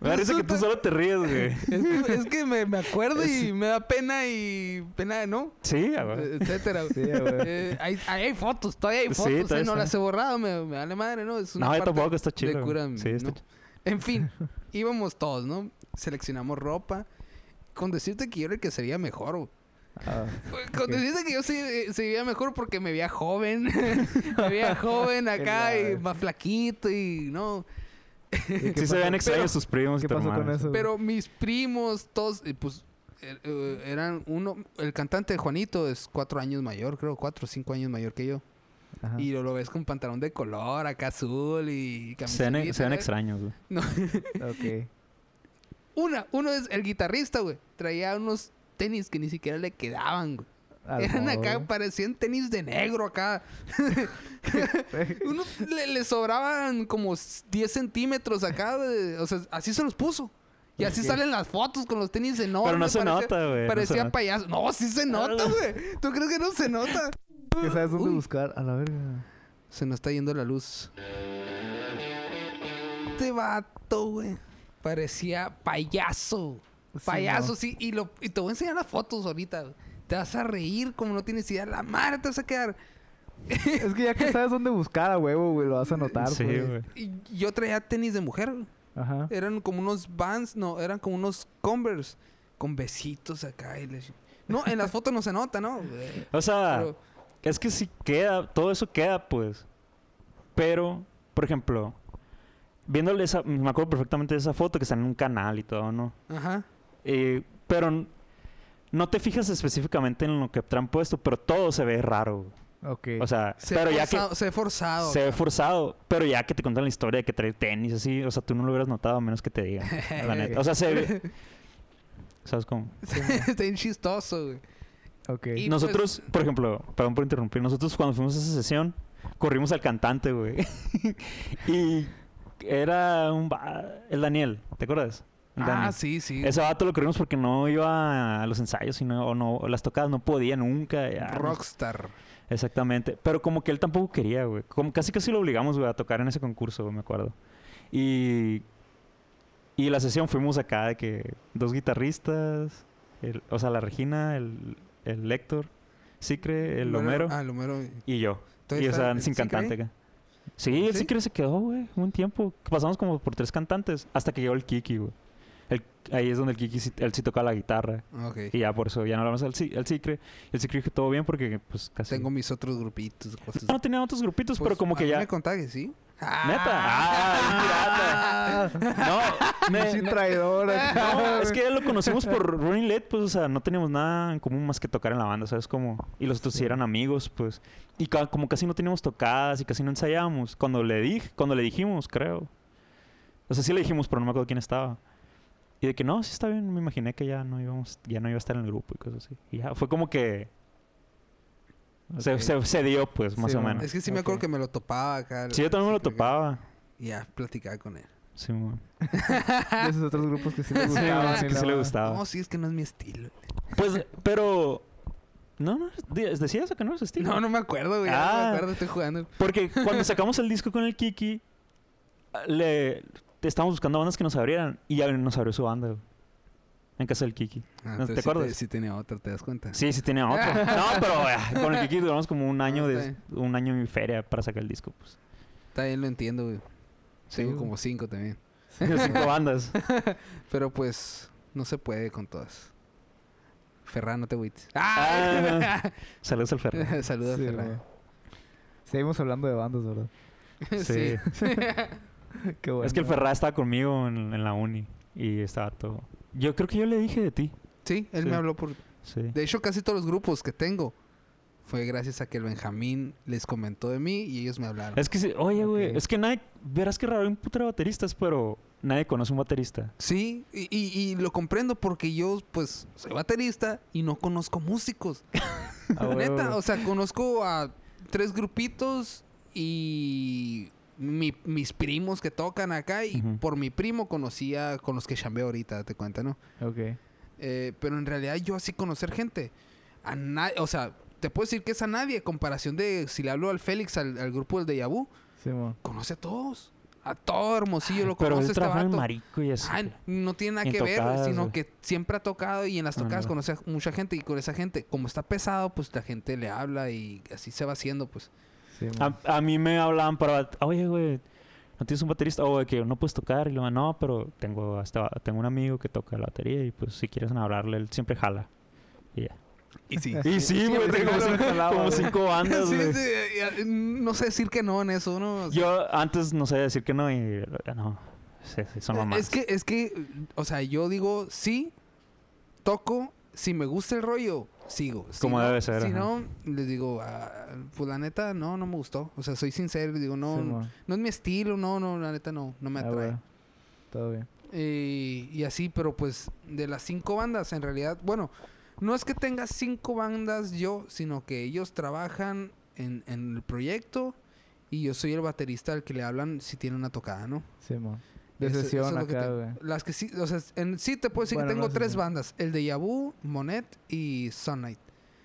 Me da risa que tú
Resulta-
solo te ríes, güey.
Es que, es que me, me acuerdo y me da pena y pena, ¿no?
Sí, ah, a ver.
Eh, Etcétera.
Sí, güey.
Eh, hay, ahí hay fotos, todavía hay
Sí,
fotos. eh,
todavía
no
está.
las he borrado, me, me vale madre, ¿no? Es una
No, yo
parte
tampoco, está chido.
de
güey.
cura,
sí, está
¿no? En fin, íbamos todos, ¿no? Seleccionamos ropa. Con decirte que yo era el que sería mejor, güey.
Ah,
Con
Ok.
decirte que yo se, eh, se veía mejor porque me veía joven. me veía joven acá
Qué
y
la-
más flaquito y no.
¿y qué
chido. Sí se veían
pasó?
extraños sus primos y
¿Qué
tu
pasó con
hermano.
eso?
Pero mis primos, todos, eh, pues, er- eh, eran uno... El cantante de Juanito es cuatro años mayor, creo, cuatro o cinco años mayor que yo.
Ajá.
Y lo, lo ves con pantalón de color acá azul y
Se ven,
camiseta.
se ven
¿no?
extraños, güey.
No.
Ok.
Una, uno es el guitarrista, güey. Traía unos tenis que ni siquiera le quedaban, güey.
Al
Eran
modo,
acá,
güey.
parecían tenis de negro acá. Uno le, le sobraban como s- 10 centímetros acá, güey. O sea, así se los puso. Y así
Ok.
salen las fotos con los tenis enormes.
Pero no se
parecía-
nota, güey. no se
Parecía
nota.
payaso. No, sí se nota, güey. ¿Tú crees que no se nota?
¿Qué sabes dónde
Uy.
buscar? A la verga.
Se nos está yendo la luz. Este vato, güey. Parecía payaso.
Sí,
Payaso,
no.
sí. Y, lo, y te voy a enseñar las fotos ahorita. güey. Te vas a reír como no tienes idea. La madre te vas a quedar.
Es que ya que sabes dónde buscar a huevo, güey, lo vas a notar,
Sí,
pues.
güey.
Y yo traía tenis de mujer. güey.
Ajá.
Eran como unos Vans. No, eran como unos Converse. Con besitos acá. y la chi- No, en las fotos no se nota, ¿no? Güey.
O sea,
Pero-
es que si queda, todo eso queda, pues. Pero, por ejemplo, viéndole esa, me acuerdo perfectamente de esa foto que está en un canal y todo, ¿no?
ajá.
Eh, pero n- no te fijas específicamente en lo que te han puesto, pero todo se ve raro. güey.
Ok.
O sea,
Se,
pero
ve
ya que
forzado- se ve forzado.
se ve forzado, pero ya que te cuentan la historia de que trae tenis así, o sea, tú no lo hubieras notado a menos que te digan. la neta. O sea, se ve. ¿Sabes cómo?
Está bien chistoso, güey.
ok.
y- pues-
Nosotros, por ejemplo, perdón por interrumpir, nosotros cuando fuimos a esa sesión, corrimos al cantante, güey. y era un... va- El Daniel, ¿te acuerdas? El
Ah,
Dani.
sí, sí.
Ese vato lo corrimos porque no iba a los ensayos y no- o no, o las tocadas, no podía nunca. ya, no-
Rockstar.
Exactamente. Pero como que él tampoco quería, güey. Como casi casi lo obligamos, güey, a tocar en ese concurso, güey, me acuerdo. Y... Y la sesión fuimos acá de que dos guitarristas, el- o sea, la Regina, el, el Héctor, Sicre, el Homero
Ah, el Homero.
y yo.
Entonces
y o
está
sea,
el
sin
Sicre.
cantante acá. Sí, el
¿Sí?
Sicre se quedó, güey, un tiempo. Pasamos como por tres cantantes hasta que llegó el Kiki, güey. El- ahí es donde el Kiki, sí- él sí tocaba la guitarra.
Ok.
Y ya por eso ya no hablamos al, Si- al Sicre. El Sicre dijo todo bien porque, pues, casi.
Tengo mis otros grupitos. Cosas.
No tenía otros grupitos,
Pues,
pero como
a
que
mí
ya.
me contaba que sí.
Neta. Ah, es pirata. No, me-
Pinche traidor acá,
no,
güey.
es que lo conocimos por Running Late, pues, o sea, no teníamos nada en común más que tocar en la banda, ¿sabes? Como, y los otros sí eran amigos, pues. Y ca- como casi no teníamos tocadas y casi no ensayábamos, cuando le dije, cuando le dijimos, creo. O sea, sí le dijimos, pero no me acuerdo quién estaba. Y de que no, sí está bien, me imaginé que ya no íbamos, ya no iba a estar en el grupo y cosas así. Y ya, fue como que se,
Ok.
se- se dio, pues, más
Sí,
o
man.
menos.
Es que sí me
Ok.
acuerdo que me lo topaba acá.
Sí, yo también me lo
creo que-
topaba.
Y ya platicaba con él.
Sí, mo-
De esos otros grupos que sí le
Sí,
gustaban.
es que
y la
sí le
madre.
gustaba.
No, sí, es que no es mi estilo.
Pues, pero. No, no, de- decía eso que no es estilo.
No, no me acuerdo, güey. ya No
Ah.
me acuerdo, estoy jugando.
Porque cuando sacamos el disco con el Kiki, ah, le estábamos buscando bandas que nos abrieran y ya nos abrió su banda güey, en casa del Kiki. ¿No
Ah,
te
entonces sí
acuerdas?
Sí, tenía otra, ¿te das cuenta?
Sí, sí tenía otro. No, pero eh, con el Kiki duramos como un año
está
de un año y feria para sacar el disco, pues.
Está bien, lo entiendo, güey.
Sí,
Tengo
güey.
como cinco también.
Cinco bandas.
Pero pues, no se puede con todas. Ferran, no te agüites.
Ah,
¡Ah!
Saludos al Ferrer.
Saluda
Sí,
a Ferran.
güey. Seguimos hablando de bandas, ¿verdad?
Sí.
Qué bueno.
es que el Ferrá estaba conmigo en, en la uni y estaba todo. Yo creo que yo le dije de ti.
Sí, él
Sí.
me habló por...
Sí.
De hecho, casi todos los grupos que tengo fue gracias a que el Benjamín les comentó de mí y ellos me hablaron.
Es que, sí, oye, güey,
Ok.
es que nadie. Verás que raro hay un putero de bateristas, pero nadie conoce un baterista.
Sí, y, y- y lo comprendo porque yo, pues, soy baterista y no conozco músicos.
Ah, güey,
Neta,
güey.
o sea, conozco a tres grupitos y mi- mis primos que tocan acá y
Ujú.
por mi primo conocía con los que chambeo ahorita, te cuenta, ¿no?
Ok.
Eh, pero en realidad yo así conocer gente. A na- o sea, te puedo decir que es a nadie, a comparación de si le hablo al Félix, al, al grupo del de Vu,
Simón.
conoce a todos. A todo Hermosillo lo
Ah, pero
conoce
él
este
trabaja en el
vato.
marico y así.
Ay, no tiene nada
en
que ver, güey,
tocadas,
sino
güey.
que siempre ha tocado y en las
Ah,
tocadas
no.
conoce a mucha gente y con esa gente, como está pesado, pues la gente le habla y así se va haciendo, pues.
Simón.
a, a mí me hablaban para. bat- Oye, güey, ¿no tienes un baterista? O de que no puedes tocar. Y luego, no, pero tengo, hasta, tengo un amigo que toca la batería y pues si quieres hablarle, él siempre jala. Y ya.
Y sí.
Y sí, güey,
siempre
tengo
jala,
cinco-
jalaba,
como
güey.
cinco bandas, güey.
sí, y- y- no sé decir que no en eso, ¿no? O sea,
Yo antes no sabía decir que no y. ya No, sí, sí, son mamás.
Eh, es que, es que, o sea, yo digo sí, toco, si me gusta el rollo, sigo. Si
Como
no-
debe ser,
Si
ajá.
no, les digo, ah, pues la neta, no, no me gustó. O sea, soy sincero, y digo, no,
Simón.
no es mi estilo, no, no, la neta, no, no me
Ah,
atrae.
güey. Todo bien.
Y, y así, pero pues de las cinco bandas, en realidad, bueno, no es que tenga cinco bandas yo, sino que ellos trabajan en, en el proyecto y yo soy el baterista al que le hablan si tiene una tocada, ¿no?
Simón. De
Eso- eso
sesión
es lo que
acá,
tengo.
güey.
Las que sí, o sea, en, sí te puedo decir
Bueno,
que tengo
no
tres
sesión.
bandas, el de Yabu, Monet y Sunlight.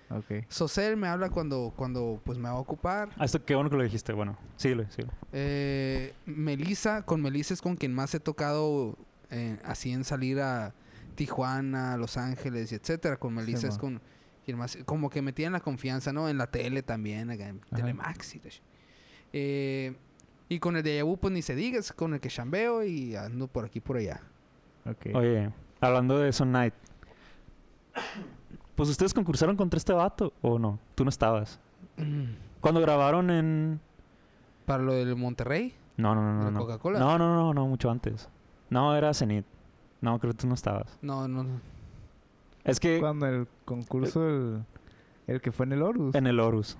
Ok.
Sosel me habla cuando, cuando pues me va a ocupar.
Ah, esto qué bueno que lo dijiste. Bueno, síguele, síguele.
Eh, Melissa, con Melissa es con quien más he tocado eh, así en salir a Tijuana, Los Ángeles y etcétera. Con Melissa es
mo.
con quien más, como que me tienen la confianza, ¿no? En la tele también, acá en
Ajá.
Telemax y todo eso. Eh, y con el de Yabu, pues ni se diga, es con el que chambeo y ando por aquí por allá.
Ok.
Oye, hablando de Son Knight. Pues ustedes concursaron contra este vato o no? Tú no estabas. Cuando grabaron en
Para lo del Monterrey,
No, no, no, no.
¿De
no.
Coca-Cola?
No, no, no, no, mucho antes. No, era Zenit. No, creo que tú no estabas.
no, no, no.
Es que
Cuando el concurso, el, el que fue en el Horus.
eh, en el Horus.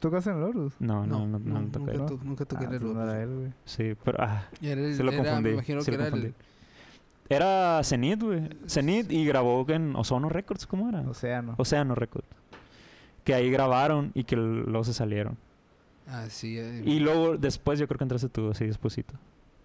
¿Tocas en el Horus?
No, no, no,
no,
no, no, toqué.
nunca,
¿no?
to- nunca toqué
Ah,
el
pues no era
Lotus.
él, güey.
Sí, pero ah,
Era el-
se lo
era- me
confundí.
imagino
se
que
lo
era el-
confundí. Era Zenit, güey. Zenit y grabó en Ozono Records, ¿cómo era?
Océano.
Ah. Océano Records. Que ahí grabaron y que l- luego se salieron.
Ah, sí, eh,
Y luego después yo creo que entraste tú, así despuesito.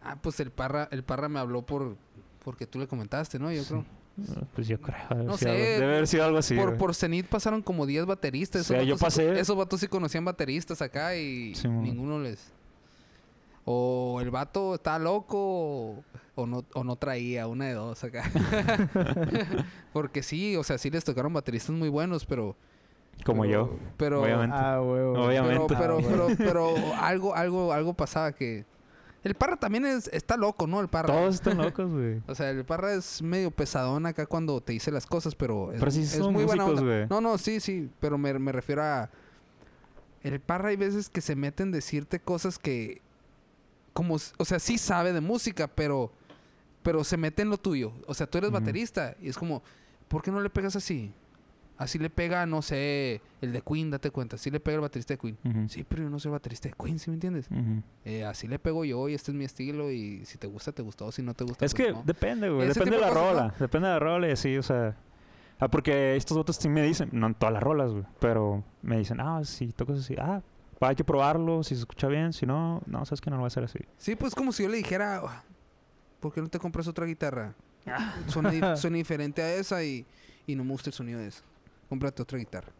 Ah, pues el parra, el parra me habló por porque tú le comentaste, ¿no? Yo
Sí,
creo.
Ah, Pues yo creo. ha de haber
No
sido algo-
sé,
debe haber sido algo así.
por,
güey.
por Zenit pasaron como 10 bateristas.
O sea,
Esos
yo
vatos sí-
pasé-
esos vatos sí conocían bateristas acá y
Sí, mon.
ninguno les. O el vato está loco o, o no, o no traía una de dos acá. Porque sí, o sea, sí les tocaron bateristas muy buenos, pero.
Como
pero-
yo.
Pero,
Obviamente.
Ah, huevo. güey.
Obviamente.
pero, pero,
Ah,
pero, pero algo, algo, algo pasaba que. El parra también es, está loco, ¿no? El parra.
Todos están locos, güey.
O sea, el Parra es medio pesadón acá cuando te dice las cosas, pero es,
Pero sí
es
son músicos, güey.
No, no, sí, sí, pero me, me refiero a... El Parra hay veces que se meten a decirte cosas que... Como, s- o sea, sí sabe de música, pero... Pero se mete en lo tuyo. O sea, tú eres
Ujú.
baterista y es como... ¿Por qué no le pegas así? Así le pega, no sé, el de Queen, date cuenta. Así le pega el baterista de Queen.
Ujú.
Sí, pero yo no soy baterista de Queen, ¿sí me entiendes?
Ujú.
Eh, así le pego yo y este es mi estilo y si te gusta, te gustó. Si no te gusta,
Es
pues
que
no.
depende, güey.
Ese
Depende de
tipo
la
de cosas,
rola. Depende de la rola y así, o sea. Ah, porque estos votos sí me dicen, no en todas las rolas, güey, pero me dicen, ah, si tocas así, ah, va, hay que probarlo, si se escucha bien, si no, no, sabes que no lo va a hacer así.
Sí, pues como si yo le dijera, "Ah, ¿por qué no te compras otra guitarra? Suena, dif- suena diferente a esa y, y no me gusta el sonido de esa. Cómprate otra guitarra.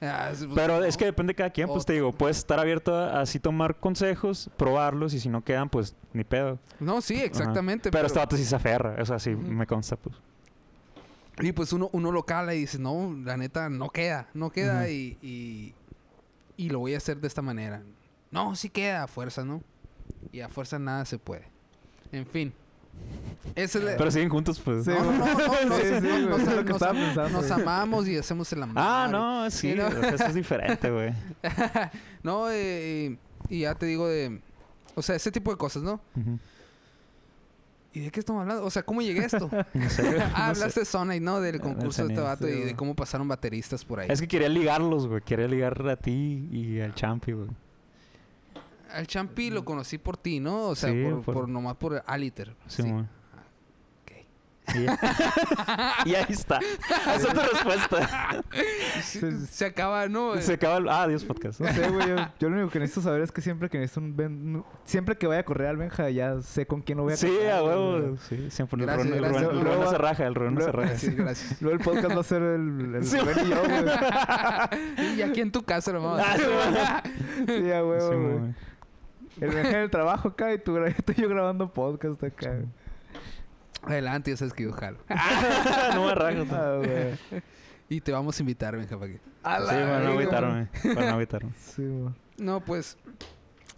Ah, sí, pues,
Pero
no.
es que depende de cada quien, pues
O-
te digo, puedes estar abierto a así tomar consejos, probarlos y si no quedan, pues ni pedo.
No, sí, exactamente.
Pero, este vato sí se aferra, o sea, sí
Ujú.
me consta, pues.
Y pues uno, uno lo cala y dice, no, la neta, no queda, no queda
Ujú.
y, y, y lo voy a hacer de esta manera. No, sí queda a fuerza, ¿no? Y a fuerza nada se puede. En fin. Ese es la-
Pero siguen juntos, pues.
Sí,
No, no, no, no, no,
Sí,
no,
sí,
no,
güey,
nos-
es lo que
nos-
estaba pensando,
Nos
güey.
amamos y hacemos el amor.
Ah, no, sí,
Sí, no.
eso es diferente, güey.
No, eh, y ya te digo de... O sea, ese tipo de cosas, ¿no?
Ujú.
¿Y de qué estamos hablando? O sea, ¿cómo llegué a esto?
No sé, güey,
ah,
no sé.
hablaste de Sonic, ¿no? Del concurso de este
Sonic,
vato
sí,
y de
güey.
cómo pasaron bateristas por ahí.
Es que quería ligarlos, güey. Quería ligar a ti y al Champi, güey.
Al Champi lo conocí por ti, ¿no? O sea,
Sí,
por,
por-
por nomás por Aliter. Sí.
Simón.
ok.
Y, y ahí está. Esa es tu respuesta.
Se, se acaba, ¿no?
Se acaba el... Ah, adiós, podcast.
No sé, güey. Yo, yo lo único que necesito saber es que siempre que necesito un ben- no- siempre que vaya a correr al Benja, ya sé con quién lo voy a
Sí,
correr,
a
güey.
huevo. Sí, siempre. El
Gracias,
Rubén- el
gracias.
Rubén el Rubén no se raja. El Rubén no se
Luego-
raja.
Gracias, gracias.
Luego el podcast va a ser el, el
Sí,
Ben y yo, güey.
y aquí en tu casa lo vamos a
Ah,
hacer.
Sí, a huevo,
Sí,
güey.
güey.
El Benja en el trabajo acá y tú, gra- tú y yo grabando podcast acá. güey.
Adelante, ya sabes que yo jalo.
no me rajo. pues. tú.
Ah, güey.
Y te vamos a invitar, Benja, para que...
Sí, para no agüitarme. Para no agüitarme.
Sí, güey.
No, pues...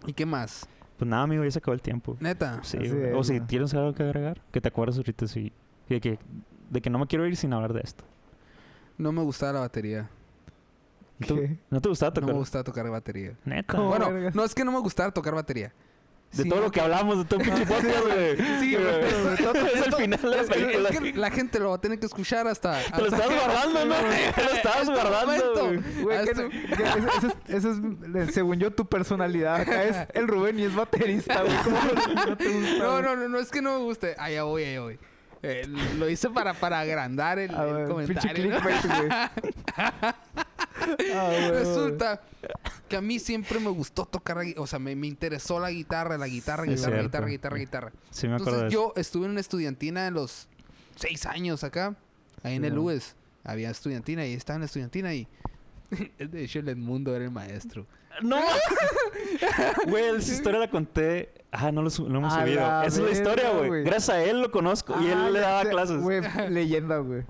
¿Y qué más?
Pues nada, amigo. Ya se acabó el tiempo.
Neta.
Sí,
Así
güey.
es,
O si
güey.
tienes algo que agregar, que te acuerdas ahorita. Sí. Y De que, de que no me quiero ir sin hablar de esto.
No me gustaba la batería.
¿Y tú?
¿Qué?
¿No te gustaba tocar?
No me gustaba tocar batería.
Neta.
¿Cómo?
Bueno,
vergas?
no es que no me gustara tocar batería.
De
Sí,
todo
no,
lo que hablamos, de todo pinche podcast, güey.
Sí, güey.
Pero
pero-
Es el final de la
Es que-
película.
es que la gente lo va a tener que escuchar hasta.
Te lo
hasta-
estabas guardando, ¿no? Te lo estabas guardando,
momento.
güey.
Güey,
Haz
que-
tu-
que ese- ese es- ese es, eh, según yo, tu personalidad. Acá es el Rubén y es baterista, güey. ¿Cómo no- no te gusta,
No,
güey? Ah,
no, no, no es que no me guste. Allá voy, allá voy. Eh, lo hice para, para agrandar el,
A
el
ver, pinche
comentario. ¿no?
clickbait, güey. Ah, güey, güey.
Resulta que a mí siempre me gustó tocar, la gui- o sea, me, me interesó la guitarra, la guitarra,
Es
guitarra,
cierto.
guitarra, guitarra, guitarra.
Sí, me acuerdo de
Entonces
eso.
yo estuve en una estudiantina a los seis años acá, ahí en el
Simón.
UES. Había estudiantina y estaba en la estudiantina y... De hecho, el Edmundo era el maestro.
¡No! Güey, esa historia la conté. Ah, no lo, su- lo hemos
A
subido.
la
Esa es la
verga,
historia,
güey.
güey. Gracias a él lo conozco y
Ah,
él le daba
este-
clases.
Güey, leyenda, güey.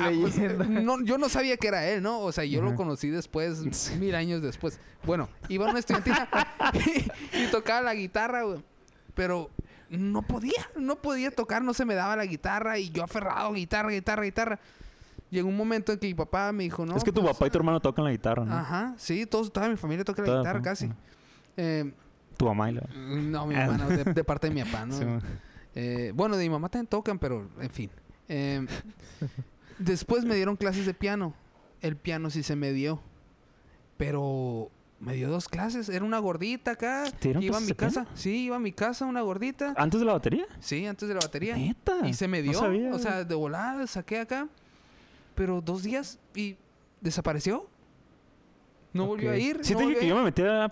Ah, pues,
Leyenda.
No, yo no sabía que era él, ¿no? O sea, yo lo
Ajá.
conocí después,
Sí.
mil años después. Bueno, iba a una estudiantina y, y tocaba la guitarra, güey. Pero no podía, no podía tocar, no se me daba la guitarra y yo aferrado, guitarra, guitarra, guitarra. Llegó un momento en que mi papá me dijo, no.
es que tu
pues,
papá y tu hermano tocan la guitarra, ¿no?
Ajá, sí, todos, toda mi familia toca la
Toda la
guitarra
fam-
casi.
ah.
Eh,
Tu mamá y la...
no, mi
Ah.
hermano, de, de parte de mi papá, ¿no?
Sí, güey.
Eh, bueno, de mi mamá también tocan, pero en fin. Eh, después me dieron clases de piano. El piano sí se me dio. Pero me dio dos clases. Era una gordita acá.
¿Te dieron
Iba a
clases
mi
de
casa. Sí, iba a mi casa, una gordita.
¿Antes de la batería?
Sí, antes de la batería.
Neta.
Y se me dio.
No sabía,
o
güey.
sea, de volada, saqué acá. Pero dos días y desapareció. No volvió
Ok.
a ir.
Sí,
no
te dije
volvió
que
a
yo
ir.
me metí a.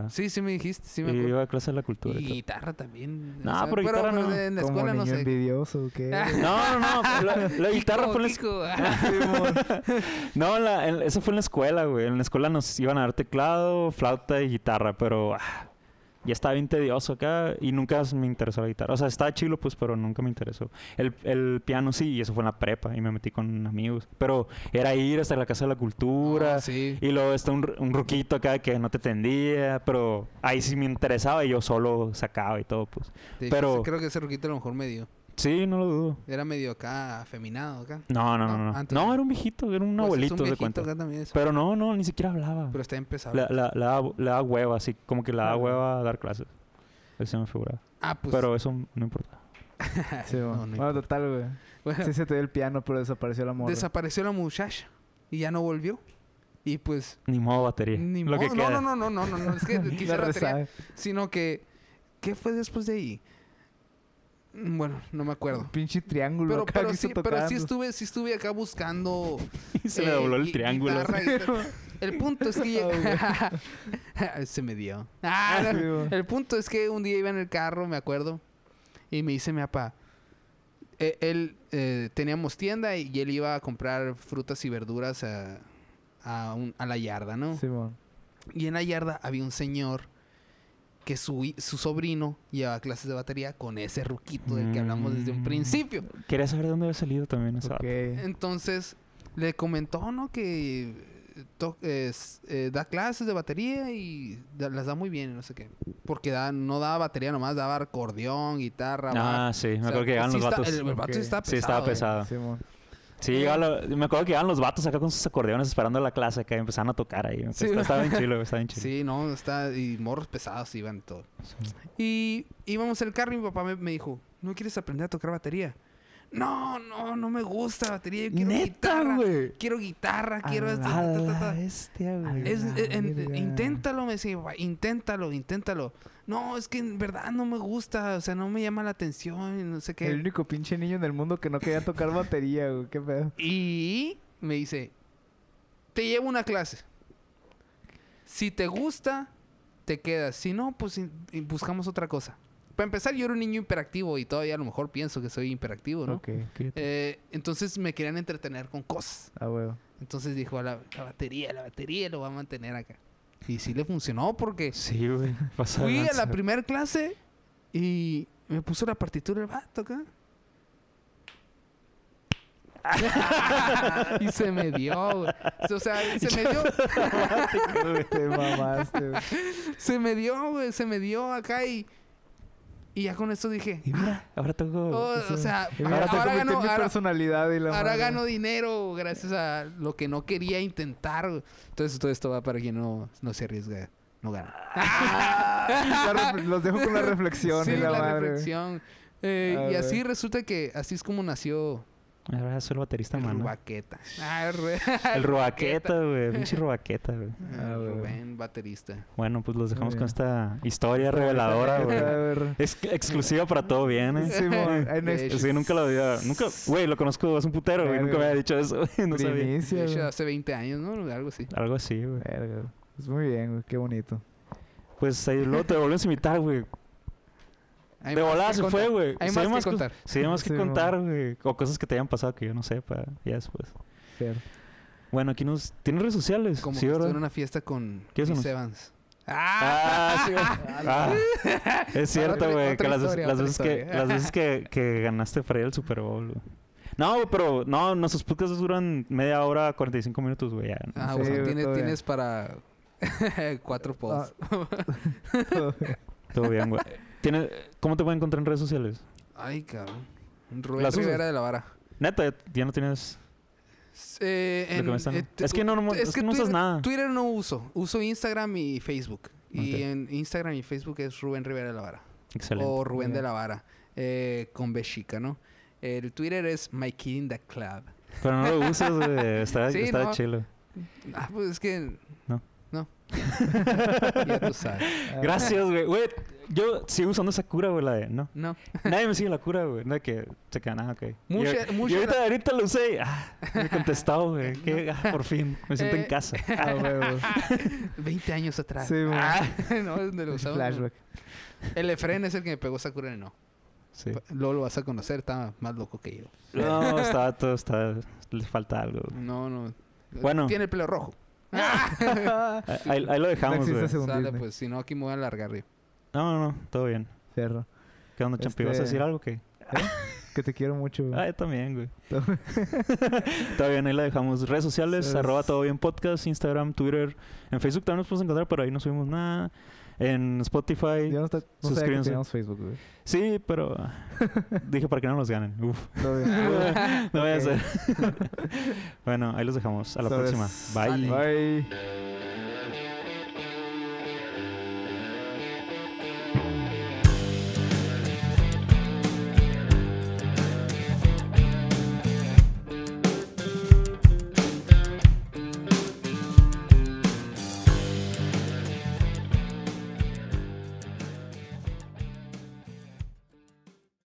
a-
Sí, sí me dijiste. Sí me
y
acuerdo.
iba a clase de la cultura.
Y
y todo.
guitarra también.
No, pero guitarra no.
En la
Como
escuela
niño
no sé.
envidioso, ¿qué?
No, no, no. La, la guitarra
Kiko,
fue en la,
Kiko.
No, en la- en- eso fue en la escuela, güey. En la escuela nos iban a dar teclado, flauta y guitarra, pero ah, ya estaba bien tedioso acá y nunca s- me interesó la guitarra. O sea, estaba chilo, pues, pero nunca me interesó. El, el piano sí, y eso fue en la prepa y me metí con amigos. Pero era ir hasta la Casa de la Cultura.
No, sí.
Y luego está un, r- un ruquito acá que no te tendía, pero ahí sí me interesaba y yo solo sacaba y todo, pues.
De hecho,
pero-
ese- creo que ese roquito a lo mejor medio.
Sí, no lo dudo.
Era medio acá afeminado acá.
No, no,
No,
no, no. No,
Ah, antes no.
era un viejito, era un
Pues, es
abuelito
un
de
viejito
cuenta.
acá también es- pero,
Pero no, no, ni siquiera hablaba.
está empezado.
La, la, la, da- la da hueva, así como que la da
Ah.
hueva a dar clases. Así me figura.
ah, pues.
Pero Ah, eso no importa.
Sí,
no,
bueno.
no
Bueno, total, güey.
bueno,
Sí se te dio el piano, pero desapareció la morra.
desapareció la muchacha y ya no volvió. Y pues.
Ni modo batería.
Ni
lo
modo.
que queda.
No, no, no, no, no, no, no, Es que
La
quise batería.
rezaba.
Sino que. ¿Qué fue después de ahí? Mm, Bueno, no me acuerdo.
Pinche triángulo.
Pero,
acá
pero,
que
sí,
hizo
pero sí
tocando.
estuve, sí estuve acá buscando.
Y se le
eh,
dobló el
gui-
triángulo.
guitarra, guitarra. El punto es que ya- se me dio. Ah,
Ah,
no.
sí, güey.
El punto es que un día iba en el carro, me acuerdo, y me dice mi papá. eh, él eh, teníamos tienda y, y él iba a comprar frutas y verduras a, a un- a la yarda, ¿no?
Simón.
Y en la yarda había un señor que su, hi- su sobrino llevaba clases de batería con ese ruquito del que hablamos desde un
Mm.
principio.
Quería saber de dónde había salido también esa
Ok.
vato.
Entonces le comentó, ¿no? Que eh, to- es- eh, da clases de batería y da- las da muy bien, y no sé qué. Porque da, no daba batería nomás, daba acordeón, guitarra.
Ah,
bajo.
sí. Me
O sea,
acuerdo que llegaban
sí
los
está-
vatos.
El, el vato
Ok.
sí estaba pesado. eh.
Sí, estaba
güey.
pesado.
Simón.
Sí, llegaban los- me acuerdo que llegaban los vatos acá con sus acordeones esperando la clase acá y empezaron a tocar ahí.
Sí.
Está- Estaba bien chilo, güey, estaba bien chilo.
Sí, no, está... Y morros pesados iban y todo.
Sí.
Y íbamos al carro y mi papá me, me dijo, ¿no quieres aprender a tocar batería? No, no, no me gusta la batería. Yo quiero
Neta,
guitarra.
güey.
Quiero guitarra, quiero...
A
esto,
A
ta, ta, ta,
Ah, la
ta".
bestia, güey.
Es-
Ah,
eh, en-
verga.
inténtalo, me decía, mi papá, inténtalo, inténtalo. No, es que en verdad no me gusta, o sea, no me llama la atención, y no sé
El
qué.
único pinche niño en el mundo que no quería tocar batería, güey. Qué pedo.
Y me dice, te llevo una clase. Si te gusta, te quedas. Si no, pues in- in- buscamos otra cosa. Para empezar, yo era un niño hiperactivo y todavía a lo mejor pienso que soy hiperactivo, ¿no?
Ok.
Eh, entonces me querían entretener con cosas.
Ah, huevo.
Entonces dijo, la, la batería, la batería lo va a mantener acá. Y sí le funcionó porque
Sí, güey. pasó de
Fui a la
lanza.
primera clase y me puso la partitura el vato acá. y se me dio, güey. O sea, se me dio,
Te mamaste, güey.
se me dio, güey, se me dio acá y, y ya con esto dije,
Y mira, ahora tengo...
oh, o sea,
Y mira,
ahora,
se convirtió
ahora
en
gano,
mi
ahora,
personalidad y la
ahora
madre.
gano dinero gracias a lo que no quería intentar. güey. Entonces todo esto va para quien no, no se arriesga no ganan.
Ah, La ref- los dejo con la reflexión
Sí,
y la,
la
madre.
reflexión. Eh,
A
y
ver.
así resulta que así es como nació
Ahora soy el baterista,
el
mano.
Rubaqueta. Ah, re-
El rubaqueta, güey. Pinche rubaqueta, güey.
Ah,
A ver.
Rubén, baterista.
Bueno, pues los dejamos
Muy
con
bien.
esta historia reveladora,
A
güey.
ver.
Es exclusiva para todo bien, ¿eh?
Simón, este, ahí
De
next-
hecho,
Sí, nunca lo había... Nunca... Güey, lo conozco, es un putero, güey. Nunca me había dicho eso, güey. No sabía.
primicia,
De hecho,
güey.
hace 20 años, ¿no? Algo así.
Algo así, güey.
Verga. Pues muy bien, güey. Qué bonito.
Pues ahí luego te volvemos a invitar, güey.
Hay
de
más
volada
que
se
contar.
fue, güey.
Hay
Sí,
más que
cos-
contar.
Sí, hay más que
Sí,
contar, güey. O cosas que te hayan pasado que yo no sepa. Ya después.
Fer.
Bueno, aquí nos... ¿Tienes redes sociales?
Como
sí,
que
¿verdad?
estuve en una fiesta con
¿Qué es
Chris
uno?
Evans. ¡Ah!
Ah, sí, güey. Ah, es cierto,
Otra-
güey.
otra
Que las,
historia,
las
otra
veces, que,
historia.
las veces que, que ganaste para ir al Super Bowl, güey. No, güey, pero no, nuestros podcasts duran media hora, 45 minutos, güey. ya, ¿no?
Ah,
Sí,
bueno,
güey,
tienes,
todo bien.
tienes para cuatro posts.
Ah.
Todo bien, güey. Tiene- ¿Cómo te pueden encontrar en redes sociales?
Ay, cabrón. Rubén
¿Las usas?
Rivera de la Vara.
Neta, ya- ya no tienes.
Eh,
Lo que me están-
te-
es que no- no- es que no usas
Twitter-
nada.
Twitter no uso. Uso Instagram y Facebook. Y
Ok.
en Instagram y Facebook es Rubén Rivera de la Vara.
Excelente.
O Rubén
Muy
de
bien.
la Vara. eh, con B chica, ¿no? El Twitter es My Kid in the Club.
Pero no lo usas, güey. Está,
Sí,
está
no.
chilo.
Ah, pues es que...
No.
No. ya tú sabes.
Ah.
Gracias, güey. Güey, yo sigo usando esa cura, güey, la de. No.
No.
Nadie me sigue la cura, güey. No es que se queda nada, ok.
Mucha-
yo,
mucha-
yo ahorita, ahorita lo usé. y, Ah, me he contestado, güey. que, ah, por fin, me siento
Eh.
en casa.
Ah, huevo.
20 años atrás.
Sí, mo.
Ah, no, es donde lo usamos.
Flashback.
El Efren es el que me pegó esa cura en el no.
Sí.
Luego lo vas a conocer, está más loco que yo.
No, está todo, está. Le falta algo. güey.
No, no.
Bueno.
Tiene el pelo rojo.
Ah, Ahí, ahí lo
No
dejamos,
existe
güey.
ese- Según
Sale,
Disney.
pues, si no, aquí me voy a alargar. yo.
No, no, no, todo bien.
Ferro.
¿Qué onda, Champi? ¿Vas a
Este- uh.
decir algo que?
Que te quiero mucho, güey.
Ah, yo también, güey. Todo bien, ahí la dejamos. Redes sociales,
Redes.
arroba todo bien podcast, Instagram, Twitter. En Facebook también nos podemos encontrar, pero ahí no subimos nada. En Spotify.
Yo no, está, no sabía que
suscríbanse.
teníamos Facebook, güey.
Sí, pero dije para que no nos ganen. Uf,
Todo bien.
no voy a
Ok.
hacer. bueno, ahí los dejamos. A la
Sobres.
próxima. Bye.
Sale.
Bye.